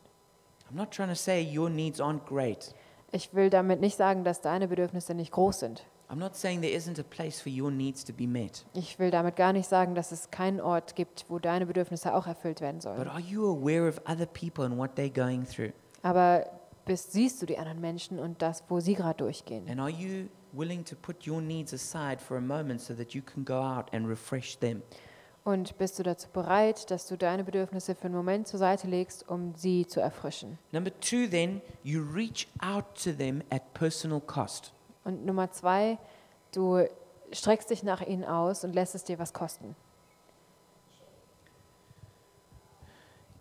Speaker 1: I'm not trying to say your needs aren't great.
Speaker 2: Ich will damit nicht sagen, dass deine Bedürfnisse nicht groß sind.
Speaker 1: I'm not saying there isn't a place for your needs to be met.
Speaker 2: Ich will damit gar nicht sagen, dass es keinen Ort gibt, wo deine Bedürfnisse auch erfüllt werden
Speaker 1: But
Speaker 2: sollen.
Speaker 1: are you aware of other people and what they're going through?
Speaker 2: Aber bist, siehst du die anderen Menschen und das, wo sie gerade durchgehen?
Speaker 1: And are you willing to put your needs aside for a moment so that you can go out and refresh them?
Speaker 2: Und bist du dazu bereit, dass du deine Bedürfnisse für einen Moment zur Seite legst, um sie zu erfrischen?
Speaker 1: Number two, then, you reach out to them at personal cost.
Speaker 2: Und Nummer zwei, du streckst dich nach ihnen aus und lässt es dir was kosten.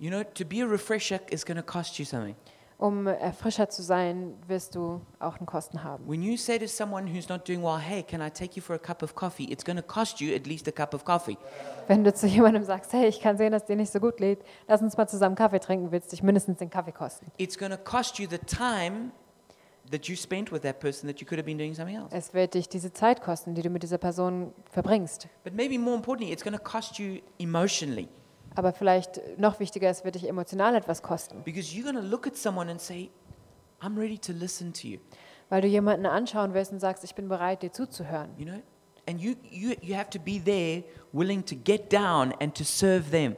Speaker 1: You know, to be a refresher is going to cost you something.
Speaker 2: Um Erfrischer zu sein, wirst du auch einen Kosten haben.
Speaker 1: When you say to someone who's not doing well, hey, can I take you for a cup of coffee? It's going to cost you at least a cup of coffee.
Speaker 2: Wenn du zu jemandem sagst, hey, ich kann sehen, dass dir nicht so gut geht, lass uns mal zusammen Kaffee trinken, willst dich mindestens den Kaffee kosten.
Speaker 1: It's going to cost you the time that you spent with that person that you could have been doing something else.
Speaker 2: Es wird dich diese Zeit kosten, die du mit dieser Person verbringst.
Speaker 1: But maybe more importantly, it's going to cost you emotionally
Speaker 2: Aber vielleicht noch wichtiger, es wird dich emotional etwas kosten,
Speaker 1: because you're going to look at someone and say, I'm ready to listen to you,
Speaker 2: weil du jemanden anschauen wirst und sagst, ich bin bereit, dir zuzuhören.
Speaker 1: you know? And you, you, you have to be there willing to get down and to serve them.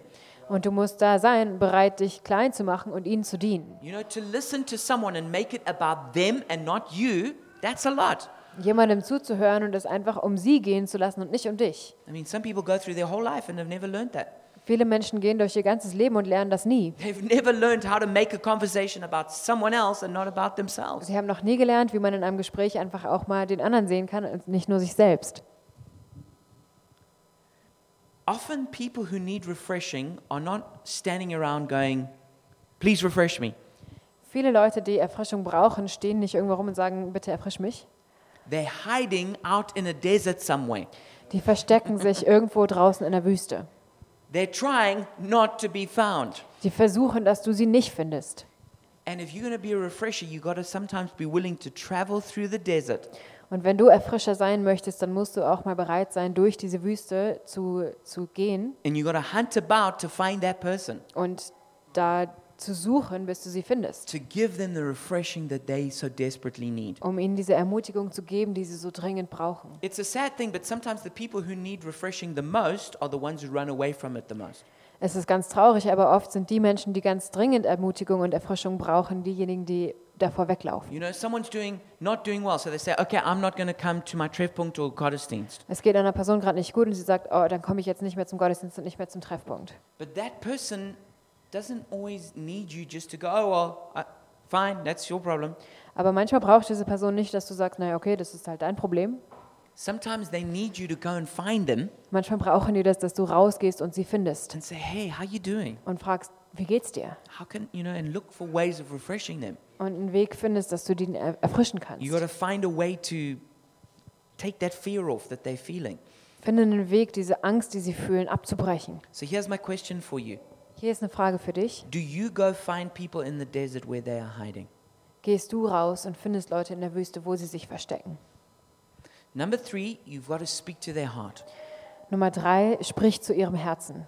Speaker 2: Und du musst da sein, bereit, dich klein zu machen und ihnen zu dienen.
Speaker 1: You know, to listen to someone and make it about them and not you, that's a lot.
Speaker 2: Jemandem zuzuhören und es einfach um sie gehen zu lassen und nicht um dich.
Speaker 1: I mean, some people go through their whole life and have never learned that.
Speaker 2: Viele Menschen gehen durch ihr ganzes Leben und lernen das nie.
Speaker 1: They've never learned how to make a conversation about someone else and not about themselves.
Speaker 2: Sie haben noch nie gelernt, wie man in einem Gespräch einfach auch mal den anderen sehen kann und nicht nur sich selbst.
Speaker 1: Often people who need refreshing are not standing around going, please refresh me.
Speaker 2: Viele Leute, die Erfrischung brauchen, stehen nicht irgendwo rum und sagen, bitte erfrisch mich.
Speaker 1: They're hiding out in a desert somewhere.
Speaker 2: Die verstecken sich irgendwo draußen in der Wüste.
Speaker 1: They're trying not to be found.
Speaker 2: Die versuchen, dass du sie nicht findest.
Speaker 1: And if you're going to be a refresher, you've got to sometimes be willing to travel through the desert
Speaker 2: Und wenn du Erfrischer sein möchtest, dann musst du auch mal bereit sein, durch diese Wüste zu, zu gehen
Speaker 1: and you've got to hunt about to find that person,
Speaker 2: und da zu suchen, bis du sie findest,
Speaker 1: to give them the refreshing that they so desperately need.
Speaker 2: um ihnen diese Ermutigung zu geben, die sie so dringend brauchen.
Speaker 1: It's a sad thing, but sometimes the people who need refreshing the most are the ones who run away from it the most.
Speaker 2: Es ist ganz traurig, aber oft sind die Menschen, die ganz dringend Ermutigung und Erfrischung brauchen, diejenigen, die davor weglaufen.
Speaker 1: You know, someone's doing not doing well, so they say, "Okay, I'm not going to come to my Treffpunkt or Gottesdienst."
Speaker 2: Es geht einer Person gerade nicht gut und sie sagt, oh, dann komme ich jetzt nicht mehr zum Gottesdienst und nicht mehr zum Treffpunkt.
Speaker 1: But that person doesn't always need you just to go, "Oh well, I, fine, that's your problem."
Speaker 2: Aber manchmal braucht diese Person nicht, dass du sagst, naja, okay, das ist halt dein Problem.
Speaker 1: Sometimes they need you to go and find them
Speaker 2: Manchmal brauchen die das, dass du rausgehst und sie findest
Speaker 1: and say, "Hey, how you doing?"
Speaker 2: und fragst, wie geht's dir?
Speaker 1: How can you know? And look for ways of refreshing them.
Speaker 2: Und einen Weg findest, dass du den er- erfrischen kannst.
Speaker 1: You got to find a way to take that fear off that they're feeling.
Speaker 2: Finde einen Weg, diese Angst, die sie fühlen, abzubrechen.
Speaker 1: So here's my question for you.
Speaker 2: Hier ist eine Frage für dich.
Speaker 1: Do you go find people in the desert where they are hiding?
Speaker 2: Gehst du raus und findest Leute in der Wüste, wo sie sich verstecken?
Speaker 1: Number three, you've got to speak to their heart.
Speaker 2: Nummer drei, sprich zu ihrem Herzen.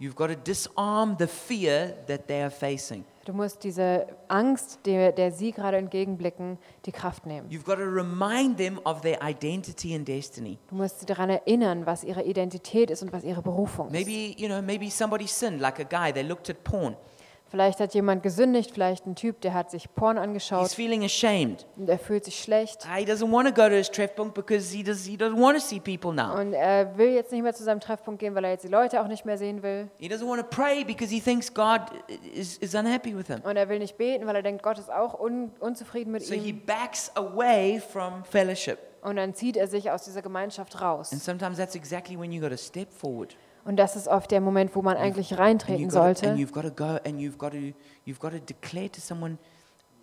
Speaker 1: You've got to disarm the fear that they are facing.
Speaker 2: Du musst diese Angst, der, der sie gerade entgegenblicken, die Kraft nehmen.
Speaker 1: You've got to remind them of their identity and destiny.
Speaker 2: Du musst sie daran erinnern, was ihre Identität ist und was ihre Berufung ist.
Speaker 1: Maybe, you know, maybe somebody sinned, like a guy, they looked at porn.
Speaker 2: Vielleicht hat jemand gesündigt, vielleicht ein Typ, der hat sich Porn
Speaker 1: He's
Speaker 2: angeschaut
Speaker 1: feeling ashamed.
Speaker 2: und er fühlt sich schlecht.
Speaker 1: Ah, He doesn't want to go to his treffpunkt because he, does, he doesn't want to see people now.
Speaker 2: Und er will jetzt nicht mehr zu seinem Treffpunkt gehen, weil er jetzt die Leute auch nicht mehr sehen will.
Speaker 1: He doesn't want to pray because he thinks God is, is unhappy with him.
Speaker 2: Und er will nicht beten, weil er denkt, Gott ist auch un unzufrieden mit
Speaker 1: So he
Speaker 2: ihm.
Speaker 1: backs away from fellowship.
Speaker 2: Und dann zieht er sich aus dieser Gemeinschaft
Speaker 1: And
Speaker 2: raus.
Speaker 1: sometimes that's exactly when you got to step forward.
Speaker 2: Und das ist oft der Moment, wo man eigentlich
Speaker 1: And
Speaker 2: reintreten
Speaker 1: you've, got to, and
Speaker 2: sollte.
Speaker 1: you've got to go and you've got to you've got to declare to someone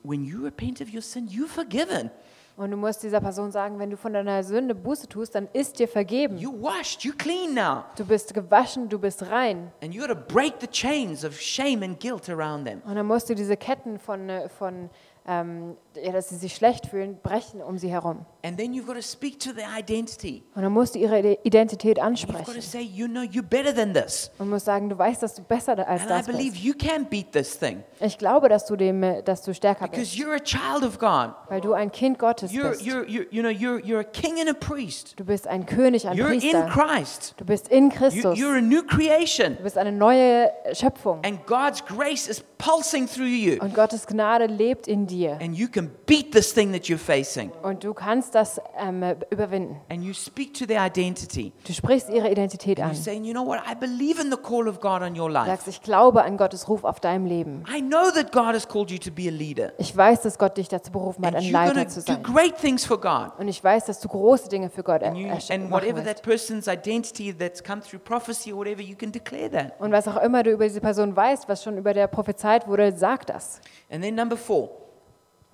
Speaker 1: when you repent of your sin you're forgiven
Speaker 2: Und du musst dieser Person sagen, wenn du von deiner Sünde Buße tust, dann ist dir vergeben.
Speaker 1: you're washed you're clean now
Speaker 2: Du bist gewaschen, du bist rein.
Speaker 1: and you got to break the chains of shame and guilt around them
Speaker 2: Und dann musst du diese Ketten von, äh, von ähm, ja, dass sie sich schlecht fühlen, brechen um sie herum.
Speaker 1: and then you've got to speak to their identity
Speaker 2: Und dann musst du ihre Ide- Identität
Speaker 1: you've got to
Speaker 2: ansprechen.
Speaker 1: say you know you're better than this
Speaker 2: Und musst sagen, du weißt, dass du besser da- als
Speaker 1: and i
Speaker 2: das
Speaker 1: believe
Speaker 2: bist.
Speaker 1: you can beat this thing
Speaker 2: Ich glaube, dass du, dem, äh, dass du stärker bist,
Speaker 1: because you're a child of god
Speaker 2: weil du ein Kind Gottes
Speaker 1: you're,
Speaker 2: bist.
Speaker 1: you're, you're you know you're, you're a king and a priest
Speaker 2: Du bist ein König, ein
Speaker 1: you're in
Speaker 2: Priester.
Speaker 1: christ
Speaker 2: Du bist in
Speaker 1: you,
Speaker 2: Christus.
Speaker 1: you're
Speaker 2: Du
Speaker 1: a new creation
Speaker 2: bist eine neue Schöpfung.
Speaker 1: and god's grace is pulsing through you
Speaker 2: Oh, Und Gottes Gnade lebt in dir.
Speaker 1: and you can beat this thing that you're facing.
Speaker 2: Und du kannst das ähm, überwinden.
Speaker 1: And you speak to their identity.
Speaker 2: Du sprichst ihre Identität
Speaker 1: You're
Speaker 2: an.
Speaker 1: saying, you know what? I believe in the call of God on your life.
Speaker 2: Sagst, ich glaube an Gottes Ruf auf deinem Leben.
Speaker 1: I know that God has called you to be a leader.
Speaker 2: Ich weiß, dass Gott dich dazu berufen hat,
Speaker 1: And
Speaker 2: ein
Speaker 1: you're
Speaker 2: Leiter
Speaker 1: going
Speaker 2: zu
Speaker 1: to do
Speaker 2: sein.
Speaker 1: great things for God.
Speaker 2: Und ich weiß, dass du große Dinge für Gott er-
Speaker 1: And, you,
Speaker 2: ersch-
Speaker 1: and
Speaker 2: machen
Speaker 1: whatever
Speaker 2: wirst.
Speaker 1: that person's identity that's come through prophecy or whatever, you can declare that.
Speaker 2: Und was auch immer du über diese Person weißt, was schon über der prophezeit wurde, sag das.
Speaker 1: And then number four,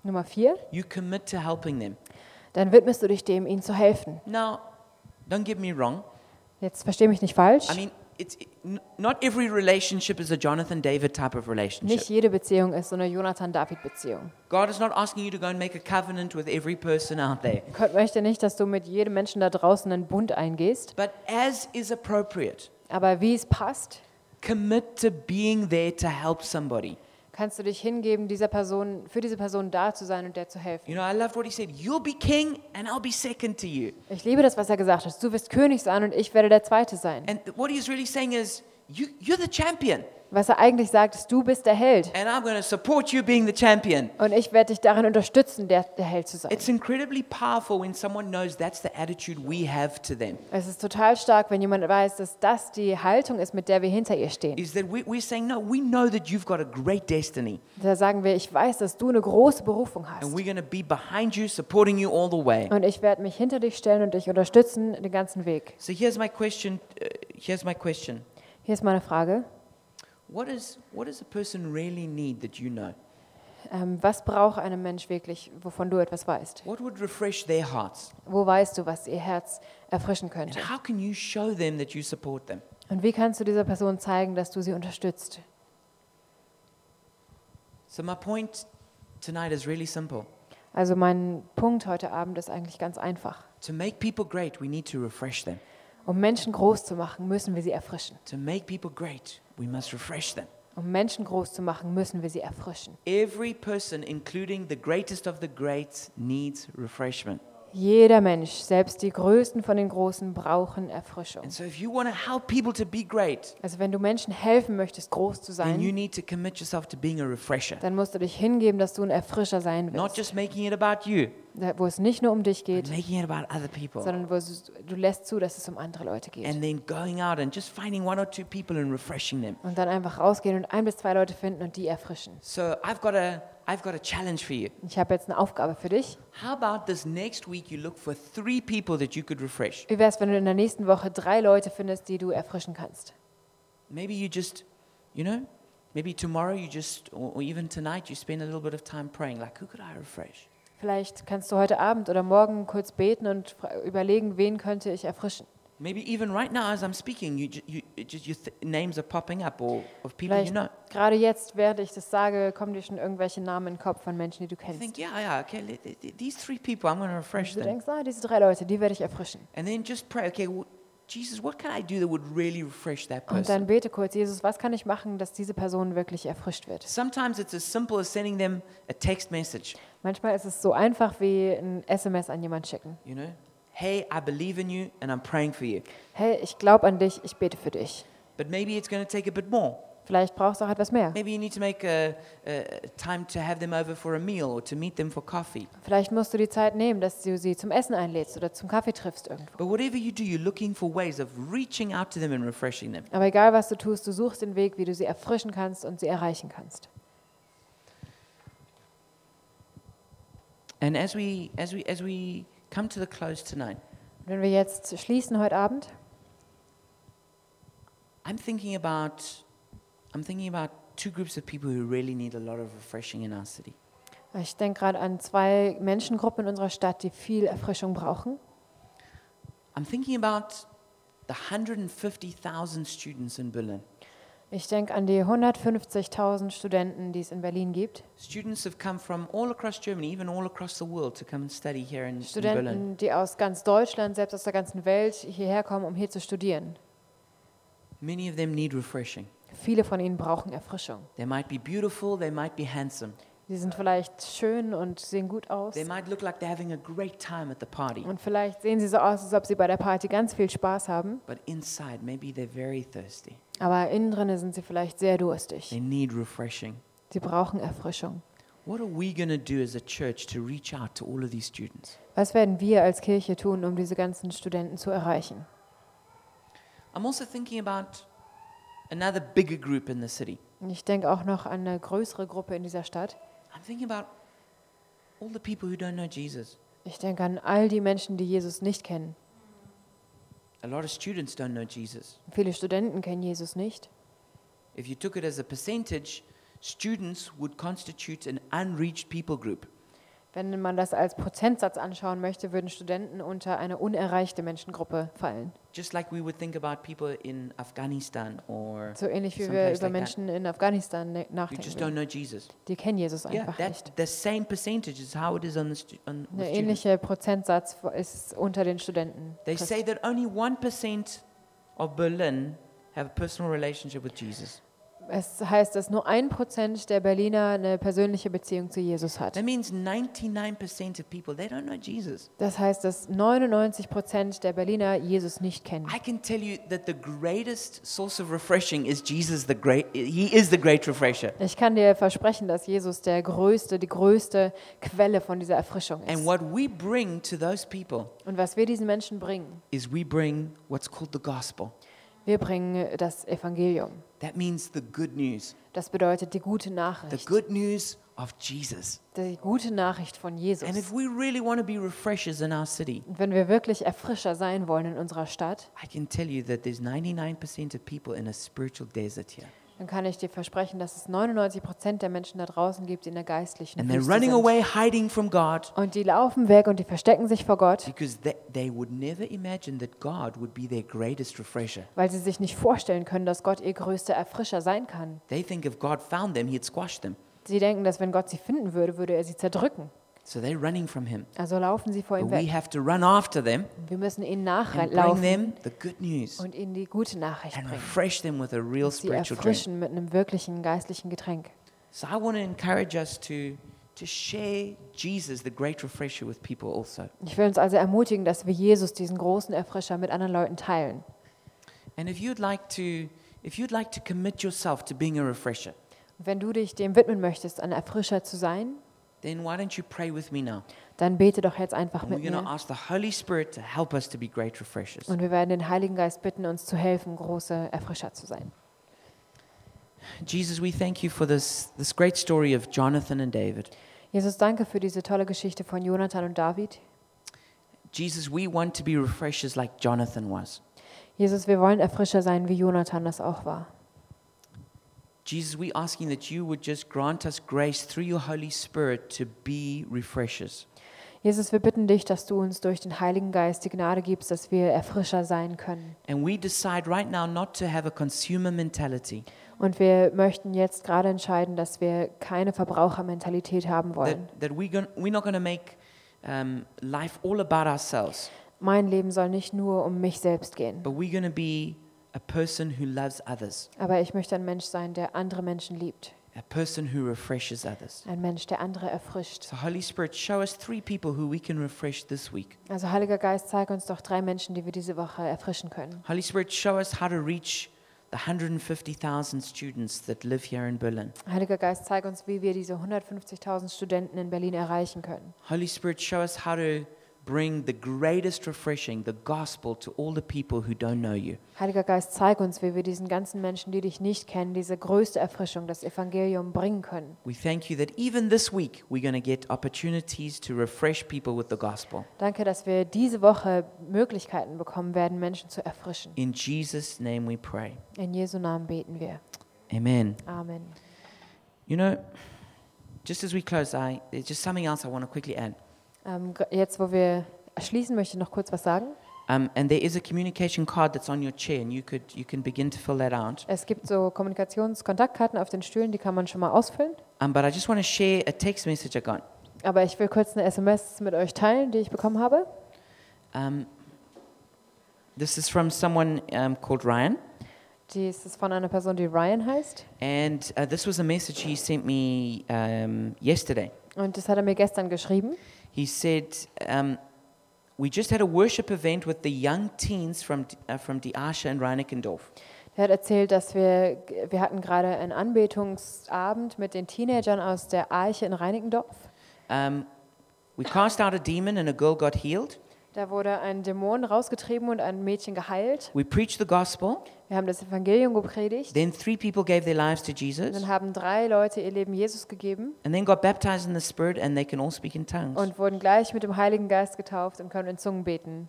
Speaker 2: Nummer vier,
Speaker 1: you commit to helping them.
Speaker 2: dann widmest du dich dem, ihnen zu helfen.
Speaker 1: Now, don't get me wrong.
Speaker 2: Jetzt verstehe mich nicht falsch.
Speaker 1: I mean, it's it, n- not every relationship is a Jonathan David type of relationship.
Speaker 2: Nicht jede Beziehung ist so eine Jonathan-David-Beziehung.
Speaker 1: God is not asking you to go and make a covenant with every person out there,
Speaker 2: Gott möchte nicht, dass du mit jedem Menschen da draußen einen Bund eingehst,
Speaker 1: but as is appropriate,
Speaker 2: aber wie es passt,
Speaker 1: commit to being there to help somebody.
Speaker 2: kannst du dich hingeben, dieser Person, für diese Person da zu sein und der zu helfen.
Speaker 1: You know, I loved what he said. You'll be king, and I'll be second to you.
Speaker 2: Ich liebe das, was er gesagt hat. Du wirst König sein und ich werde der Zweite sein.
Speaker 1: And th- what he's really saying is, you, you're the champion,
Speaker 2: Was er eigentlich sagt, ist, du bist der Held
Speaker 1: and I'm going to support you being the champion.
Speaker 2: und ich werde dich darin unterstützen, der, der Held zu sein.
Speaker 1: It's incredibly powerful when someone knows that's the attitude we have to them.
Speaker 2: Es ist total stark, wenn jemand weiß, dass das die Haltung ist, mit der wir hinter ihr stehen.
Speaker 1: Is that we, we're saying, no, we know that you've got a great destiny,
Speaker 2: Da sagen wir, ich weiß, dass du eine große Berufung hast.
Speaker 1: and we're going to be behind you, supporting you all the way.
Speaker 2: Und ich werde mich hinter dich stellen und dich unterstützen den ganzen Weg.
Speaker 1: So here's my question. Uh, here's my question.
Speaker 2: Hier ist meine Frage.
Speaker 1: What is what does a person really need that you know?
Speaker 2: Ähm, was braucht ein Mensch wirklich, wovon du etwas weißt?
Speaker 1: What would refresh their hearts?
Speaker 2: Wo weißt du, was ihr Herz erfrischen
Speaker 1: And
Speaker 2: könnte?
Speaker 1: how can you show them that you support them?
Speaker 2: Und wie kannst du dieser Person zeigen, dass du sie unterstützt?
Speaker 1: So my point tonight is really simple.
Speaker 2: Also mein Punkt heute Abend ist eigentlich ganz einfach.
Speaker 1: To make people great, we need to refresh them.
Speaker 2: Um Menschen groß zu machen, müssen wir sie erfrischen.
Speaker 1: To make people great, we must refresh them.
Speaker 2: Um Menschen groß zu machen, müssen wir sie erfrischen.
Speaker 1: Every person, including the greatest of the greats, needs refreshment.
Speaker 2: Jeder Mensch, selbst die Größten von den Großen, brauchen Erfrischung.
Speaker 1: And so if you want to help people to be great,
Speaker 2: Also wenn du Menschen helfen möchtest, groß zu
Speaker 1: then you
Speaker 2: sein,
Speaker 1: need to commit yourself to being a refresher.
Speaker 2: dann musst du dich hingeben, dass du ein Erfrischer sein
Speaker 1: Not
Speaker 2: willst.
Speaker 1: just making it about you,
Speaker 2: Da- Wo es nicht nur um dich
Speaker 1: but
Speaker 2: geht,
Speaker 1: making it about other people.
Speaker 2: sondern wo es, du lässt zu, dass es um andere Leute geht.
Speaker 1: and then going out and just finding one or two people and refreshing them.
Speaker 2: Und dann einfach rausgehen und ein bis zwei Leute finden und die erfrischen.
Speaker 1: So I've got a I've got a challenge for you.
Speaker 2: Ich habe jetzt eine Aufgabe für dich.
Speaker 1: How about this next week you look for three people that you could refresh?
Speaker 2: Wie wäre es, wenn du in der nächsten Woche drei Leute findest, die du erfrischen kannst?
Speaker 1: Maybe you just, you know, maybe tomorrow you just or, or even tonight you spend a little bit of time praying like who could I refresh?
Speaker 2: Vielleicht kannst du heute Abend oder morgen kurz beten und fra- überlegen, wen könnte ich erfrischen.
Speaker 1: Maybe even right now as I'm speaking you ju- you it just your th- names are popping up or of people you
Speaker 2: Vielleicht
Speaker 1: know.
Speaker 2: gerade jetzt, während ich das sage, kommen dir schon irgendwelche Namen in den Kopf von Menschen, die du
Speaker 1: I
Speaker 2: kennst.
Speaker 1: think yeah, yeah, okay, le- th- th- these three people I'm going to refresh
Speaker 2: Du
Speaker 1: them.
Speaker 2: denkst, ah, diese drei Leute, die werde ich erfrischen.
Speaker 1: And then just pray, okay, well, Jesus, what can I do that would really refresh that person?
Speaker 2: Und dann bete kurz, Jesus, was kann ich machen, dass diese Person wirklich erfrischt wird?
Speaker 1: Sometimes it's as simple as sending them a text message,
Speaker 2: Manchmal ist es so einfach wie ein SMS an jemanden schicken.
Speaker 1: you know, hey, I believe in you and I'm praying for you.
Speaker 2: Hey, ich glaube an dich, ich bete für dich.
Speaker 1: But maybe it's going to take a bit more.
Speaker 2: Vielleicht brauchst du auch etwas mehr.
Speaker 1: Maybe you need to make a, a a time to have them over for a meal or to meet them for coffee.
Speaker 2: Vielleicht musst du die Zeit nehmen, dass du sie zum Essen einlädst oder zum Kaffee triffst irgendwo.
Speaker 1: But whatever you do, you're looking for ways of reaching out to them and refreshing them.
Speaker 2: Aber egal, was du tust, du suchst den Weg, wie du sie erfrischen kannst und sie erreichen kannst.
Speaker 1: And as we as we as we come to the close tonight,
Speaker 2: Und wenn wir jetzt schließen heute Abend,
Speaker 1: I'm thinking about I'm thinking about two groups of people who really need a lot of refreshing in our city.
Speaker 2: ich denke gerade an zwei Menschengruppen in unserer Stadt, die viel Erfrischung brauchen.
Speaker 1: I'm thinking about the 150,000 students in Berlin.
Speaker 2: Ich denke an die 150.000 Studenten, die es in Berlin gibt.
Speaker 1: Students have come from all across Germany, even all across the world, to come and study here in, in Berlin.
Speaker 2: Studenten, die aus ganz Deutschland, selbst aus der ganzen Welt hierher kommen, um hier zu studieren.
Speaker 1: Many of them need refreshing.
Speaker 2: Viele von ihnen brauchen Erfrischung.
Speaker 1: They might be beautiful, they might be handsome,
Speaker 2: Sie sind vielleicht schön und sehen gut aus.
Speaker 1: they might look like they're having a great time at the party,
Speaker 2: Und vielleicht sehen sie so aus, als ob sie bei der Party ganz viel Spaß haben,
Speaker 1: but inside, maybe they're very thirsty.
Speaker 2: aber innen drin sind sie vielleicht sehr durstig.
Speaker 1: They need refreshing.
Speaker 2: Sie brauchen Erfrischung.
Speaker 1: What are we going to do as a church to reach out to all of these students?
Speaker 2: Was werden wir als Kirche tun, um diese ganzen Studenten zu erreichen?
Speaker 1: I'm also thinking about another bigger group in the city.
Speaker 2: Und Ich denke auch noch an eine größere Gruppe in dieser Stadt.
Speaker 1: I'm thinking about all the people who don't know Jesus.
Speaker 2: Ich denke an all die Menschen, die Jesus nicht kennen.
Speaker 1: A lot of students don't know Jesus.
Speaker 2: Viele Studenten kennen Jesus nicht.
Speaker 1: If you took it as a percentage, students would constitute an unreached people group.
Speaker 2: Wenn man das als Prozentsatz anschauen möchte, würden Studenten unter eine unerreichte Menschengruppe fallen.
Speaker 1: Just like we would think about people in Afghanistan or
Speaker 2: So ähnlich wie wir
Speaker 1: someplace
Speaker 2: über
Speaker 1: like that,
Speaker 2: Menschen in Afghanistan ne-
Speaker 1: who just
Speaker 2: nachdenken.
Speaker 1: don't
Speaker 2: würden.
Speaker 1: know Jesus.
Speaker 2: Die kennen Jesus
Speaker 1: Yeah,
Speaker 2: einfach nicht.
Speaker 1: that, the same percentage is how it is on the stu- on with
Speaker 2: Eine
Speaker 1: students.
Speaker 2: ähnliche Prozentsatz ist unter den Studenten.
Speaker 1: They say that only 1% of Berlin have a personal relationship with Jesus.
Speaker 2: Es heißt, dass nur ein Prozent der Berliner eine persönliche Beziehung zu Jesus hat.
Speaker 1: That means 99% of people, they don't know Jesus.
Speaker 2: Das heißt, dass 99 Prozent der Berliner Jesus nicht kennen.
Speaker 1: I can tell you that the greatest source of refreshing is Jesus the great he is the great refresher.
Speaker 2: Ich kann dir versprechen, dass Jesus der größte, die größte Quelle von dieser Erfrischung ist.
Speaker 1: And what we bring to those people
Speaker 2: Und was wir diesen Menschen bringen,
Speaker 1: is we bring what's called the gospel.
Speaker 2: wir bringen das Evangelium.
Speaker 1: That means the good news.
Speaker 2: Das bedeutet die gute
Speaker 1: The
Speaker 2: Nachricht.
Speaker 1: good news of Jesus.
Speaker 2: Die gute Nachricht von
Speaker 1: And if
Speaker 2: Jesus.
Speaker 1: we really want to be refreshers in our city,
Speaker 2: Und wenn wir wirklich Erfrischer sein wollen in unserer Stadt,
Speaker 1: I can tell you that there's 99% of people in a spiritual desert here.
Speaker 2: dann kann ich dir versprechen, dass es 99 Prozent der Menschen da draußen gibt, die in der geistlichen
Speaker 1: And they're
Speaker 2: Wüste
Speaker 1: running
Speaker 2: sind.
Speaker 1: away, hiding from God
Speaker 2: Und die laufen weg und die verstecken sich vor Gott,
Speaker 1: because they, they would never imagine that God would be their greatest refresher.
Speaker 2: weil sie sich nicht vorstellen können, dass Gott ihr größter Erfrischer sein kann.
Speaker 1: They think if God found them, he'd squash them.
Speaker 2: Sie denken, dass wenn Gott sie finden würde, würde er sie zerdrücken.
Speaker 1: So they're running from him.
Speaker 2: Also laufen sie vor
Speaker 1: But
Speaker 2: ihm
Speaker 1: we
Speaker 2: weg.
Speaker 1: have to run after them
Speaker 2: Wir müssen ihnen
Speaker 1: and bring
Speaker 2: nachlaufen
Speaker 1: them the good news
Speaker 2: und ihnen die gute Nachricht
Speaker 1: and
Speaker 2: bringen.
Speaker 1: refresh them with a real
Speaker 2: Sie
Speaker 1: spiritual drink.
Speaker 2: erfrischen mit einem wirklichen geistlichen Getränk.
Speaker 1: So I want to encourage us to, to share Jesus, the great refresher, with people also.
Speaker 2: Ich will uns also ermutigen, dass wir Jesus, diesen großen Erfrischer, mit anderen Leuten teilen.
Speaker 1: And if you'd like to, if you'd like to commit yourself to being a refresher,
Speaker 2: Und wenn du dich dem widmen möchtest, ein Erfrischer zu sein,
Speaker 1: then why don't you pray with me now?
Speaker 2: dann bete doch jetzt einfach
Speaker 1: And we're
Speaker 2: mit
Speaker 1: going to
Speaker 2: mir.
Speaker 1: ask the Holy Spirit to help us to be great refreshers.
Speaker 2: Und wir werden den Heiligen Geist bitten, uns zu helfen, große Erfrischer zu sein.
Speaker 1: Jesus, we thank you for this, this great story of Jonathan and David.
Speaker 2: Jesus, danke für diese tolle Geschichte von Jonathan und David.
Speaker 1: Jesus, we want to be refreshers like Jonathan was.
Speaker 2: Jesus, wir wollen Erfrischer sein, wie Jonathan das auch war.
Speaker 1: Jesus, we're asking that you would just grant us grace through your Holy Spirit to be refreshers.
Speaker 2: Jesus, wir bitten dich, dass du uns durch den Heiligen Geist die Gnade gibst, dass wir Erfrischer sein können.
Speaker 1: And we decide right now not to have a consumer mentality,
Speaker 2: Und wir möchten jetzt gerade entscheiden, dass wir keine Verbrauchermentalität haben wollen.
Speaker 1: that, that we're, gon- we're not going to make um, life all about ourselves,
Speaker 2: Mein Leben soll nicht nur um mich selbst gehen,
Speaker 1: but we're going to be a person who loves others,
Speaker 2: aber ich möchte ein Mensch sein, der andere Menschen liebt.
Speaker 1: a person who refreshes others.
Speaker 2: Ein Mensch, der andere erfrischt.
Speaker 1: So, Holy Spirit, show us three people who we can refresh this week.
Speaker 2: Also Heiliger Geist, zeig uns doch drei Menschen, die wir diese Woche erfrischen können.
Speaker 1: Holy Spirit, show us how to reach the 150,000 students that live here in Berlin.
Speaker 2: Heiliger Geist, zeig uns, wie wir diese 150.000 Studenten in Berlin erreichen können.
Speaker 1: Holy Spirit, show us how to bring the greatest refreshing, the gospel, to all the people who don't know you.
Speaker 2: Heiliger Geist, zeig uns, wie wir diesen ganzen Menschen, die dich nicht kennen, diese größte Erfrischung, das Evangelium bringen können.
Speaker 1: We thank you that even this week we're going to get opportunities to refresh people with the gospel.
Speaker 2: Danke, dass wir diese Woche Möglichkeiten bekommen werden, Menschen zu erfrischen.
Speaker 1: In Jesus' name we pray.
Speaker 2: In Jesu Namen beten wir.
Speaker 1: Amen.
Speaker 2: Amen.
Speaker 1: You know, just as we close, I, there's just something else I want to quickly add.
Speaker 2: Ähm, gr- jetzt, wo wir schließen, möchte ich noch kurz was sagen.
Speaker 1: Um, and there is a communication card that's on your chair, and you, could, you can begin to fill that out.
Speaker 2: Es gibt so Kommunikationskontaktkarten auf den Stühlen, die kann man schon mal ausfüllen.
Speaker 1: Um, but I just want to share a text message I got.
Speaker 2: Aber ich will kurz eine SMS mit euch teilen, die ich bekommen habe.
Speaker 1: Um, this is from someone um, called Ryan.
Speaker 2: Die ist es von einer Person, die Ryan heißt.
Speaker 1: And uh, this was a message he sent me um, yesterday.
Speaker 2: Und das hat er mir gestern geschrieben.
Speaker 1: He said, um, We just had a worship event with the young teens from, uh, from Die Asche and Reinickendorf.
Speaker 2: Er hat erzählt, dass wir, wir hatten gerade einen Anbetungsabend mit den Teenagern aus der Arche in Reinickendorf.
Speaker 1: Um, we cast out a demon and a girl got healed.
Speaker 2: Da wurde ein Dämon rausgetrieben und ein Mädchen geheilt.
Speaker 1: We preached the gospel.
Speaker 2: Wir haben das Evangelium gepredigt.
Speaker 1: Then three people gave their lives to Jesus
Speaker 2: Dann haben drei Leute ihr Leben Jesus gegeben
Speaker 1: and then got baptized in the Spirit and they can all speak in tongues.
Speaker 2: und wurden gleich mit dem Heiligen Geist getauft und können in Zungen beten.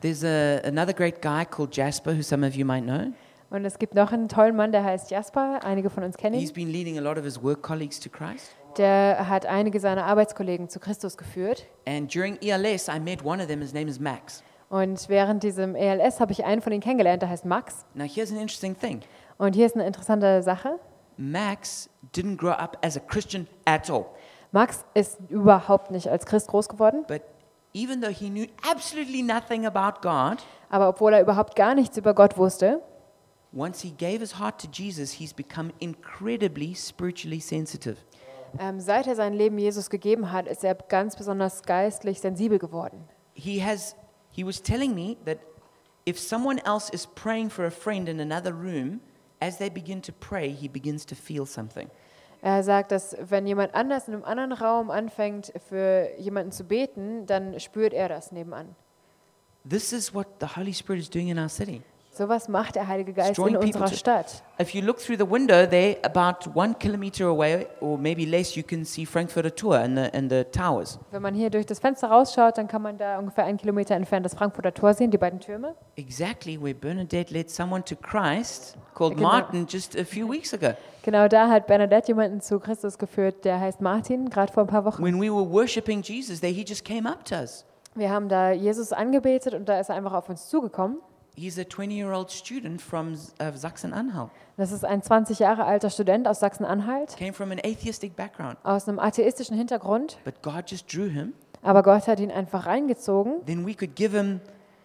Speaker 1: There's a, another great guy called Jasper, who some of you might know.
Speaker 2: Und es gibt noch einen tollen Mann, der heißt Jasper, einige von uns kennen
Speaker 1: He's
Speaker 2: ihn.
Speaker 1: been leading a lot of his work colleagues to Christ.
Speaker 2: Der hat einige seiner Arbeitskollegen zu Christus geführt.
Speaker 1: And during ELS, I met one of them. His name is Max.
Speaker 2: Und während diesem ELS habe ich einen von ihnen kennengelernt, der heißt Max.
Speaker 1: Now, here's an interesting thing
Speaker 2: Und hier ist eine interessante Sache.
Speaker 1: Max didn't grow up as a Christian at all.
Speaker 2: Max ist überhaupt nicht als Christ groß geworden,
Speaker 1: But even though he knew absolutely nothing about God,
Speaker 2: aber obwohl er überhaupt gar nichts über Gott wusste,
Speaker 1: once he gave his heart to Jesus, he's become incredibly spiritually sensitive.
Speaker 2: ähm, seit er sein Leben Jesus gegeben hat, ist er ganz besonders geistlich sensibel geworden.
Speaker 1: He has he was telling me that if someone else is praying for a friend in another room, as they begin to pray, he begins to feel something.
Speaker 2: Er sagt, dass wenn jemand anders in einem anderen Raum anfängt, für jemanden zu beten, dann spürt er das nebenan.
Speaker 1: This is what the Holy Spirit is doing in our city.
Speaker 2: Sowas macht der Heilige Geist
Speaker 1: Drawing
Speaker 2: in
Speaker 1: people
Speaker 2: unserer
Speaker 1: to-
Speaker 2: Stadt.
Speaker 1: If you look through the window there, about one kilometer away or maybe less, you can see Frankfurter Tour and the, and the towers.
Speaker 2: Wenn man hier durch das Fenster rausschaut, dann kann man da ungefähr einen Kilometer entfernt das Frankfurter Tor sehen, die beiden Türme.
Speaker 1: Exactly where Bernadette led someone to Christ called
Speaker 2: Okay, now-
Speaker 1: Martin just a few weeks ago.
Speaker 2: Genau da hat Bernadette jemanden zu Christus geführt, der heißt Martin, gerade vor ein paar Wochen.
Speaker 1: When we were worshiping Jesus there, he just came up to us.
Speaker 2: Wir haben da Jesus angebetet und da ist er einfach auf uns zugekommen.
Speaker 1: He's a 20 year old student from uh, Sachsen-Anhalt.
Speaker 2: Das ist ein 20 Jahre alter Student aus Sachsen-Anhalt,
Speaker 1: Came from an atheistic background,
Speaker 2: aus einem atheistischen Hintergrund,
Speaker 1: but God just drew him.
Speaker 2: aber Gott hat ihn einfach reingezogen.
Speaker 1: Then we could give him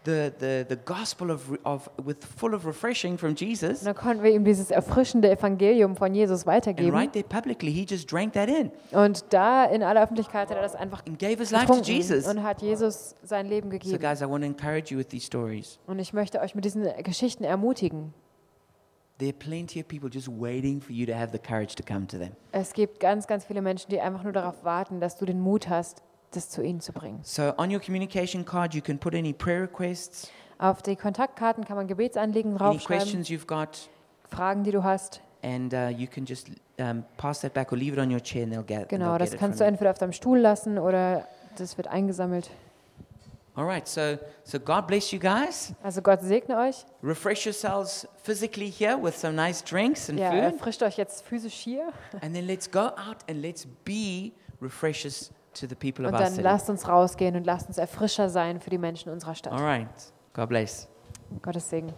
Speaker 1: the, the, the gospel of, re- of, with full of refreshing from Jesus.
Speaker 2: Und dann konnten wir ihm dieses erfrischende Evangelium von Jesus
Speaker 1: And
Speaker 2: weitergeben.
Speaker 1: right there publicly, he just drank that in
Speaker 2: Und da in aller Öffentlichkeit hat er das einfach
Speaker 1: and gave his life to
Speaker 2: getrunken
Speaker 1: Jesus.
Speaker 2: und hat Jesus sein Leben
Speaker 1: So,
Speaker 2: gegeben.
Speaker 1: guys, I want to encourage you with these stories.
Speaker 2: Und ich möchte euch mit diesen Geschichten ermutigen.
Speaker 1: There are plenty of people just waiting for you to have the courage to come to them.
Speaker 2: Es gibt ganz, ganz viele Menschen, die einfach nur darauf warten, dass du den Mut hast, das zu ihnen zu bringen.
Speaker 1: So, on your communication card, you can put any prayer requests,
Speaker 2: Auf die Kontaktkarten kann man Gebetsanliegen
Speaker 1: any
Speaker 2: draufschreiben,
Speaker 1: questions you've got,
Speaker 2: Fragen, die du hast.
Speaker 1: and uh, you can just um, pass that back or leave it on your chair and they'll get,
Speaker 2: Genau,
Speaker 1: they'll
Speaker 2: das
Speaker 1: get it.
Speaker 2: kannst du
Speaker 1: From you.
Speaker 2: entweder auf deinem Stuhl lassen oder das wird eingesammelt.
Speaker 1: All right, so, so God bless you guys.
Speaker 2: Also Gott segne euch.
Speaker 1: Refresh yourselves physically here with some nice drinks and
Speaker 2: Ja,
Speaker 1: food,
Speaker 2: erfrischt euch jetzt physisch hier
Speaker 1: and then let's go out and let's be refreshers to the people
Speaker 2: und
Speaker 1: of our
Speaker 2: dann
Speaker 1: city.
Speaker 2: lasst uns rausgehen und lasst uns Erfrischer sein für die Menschen unserer
Speaker 1: All
Speaker 2: Stadt.
Speaker 1: right, God bless.
Speaker 2: Gottes Segen.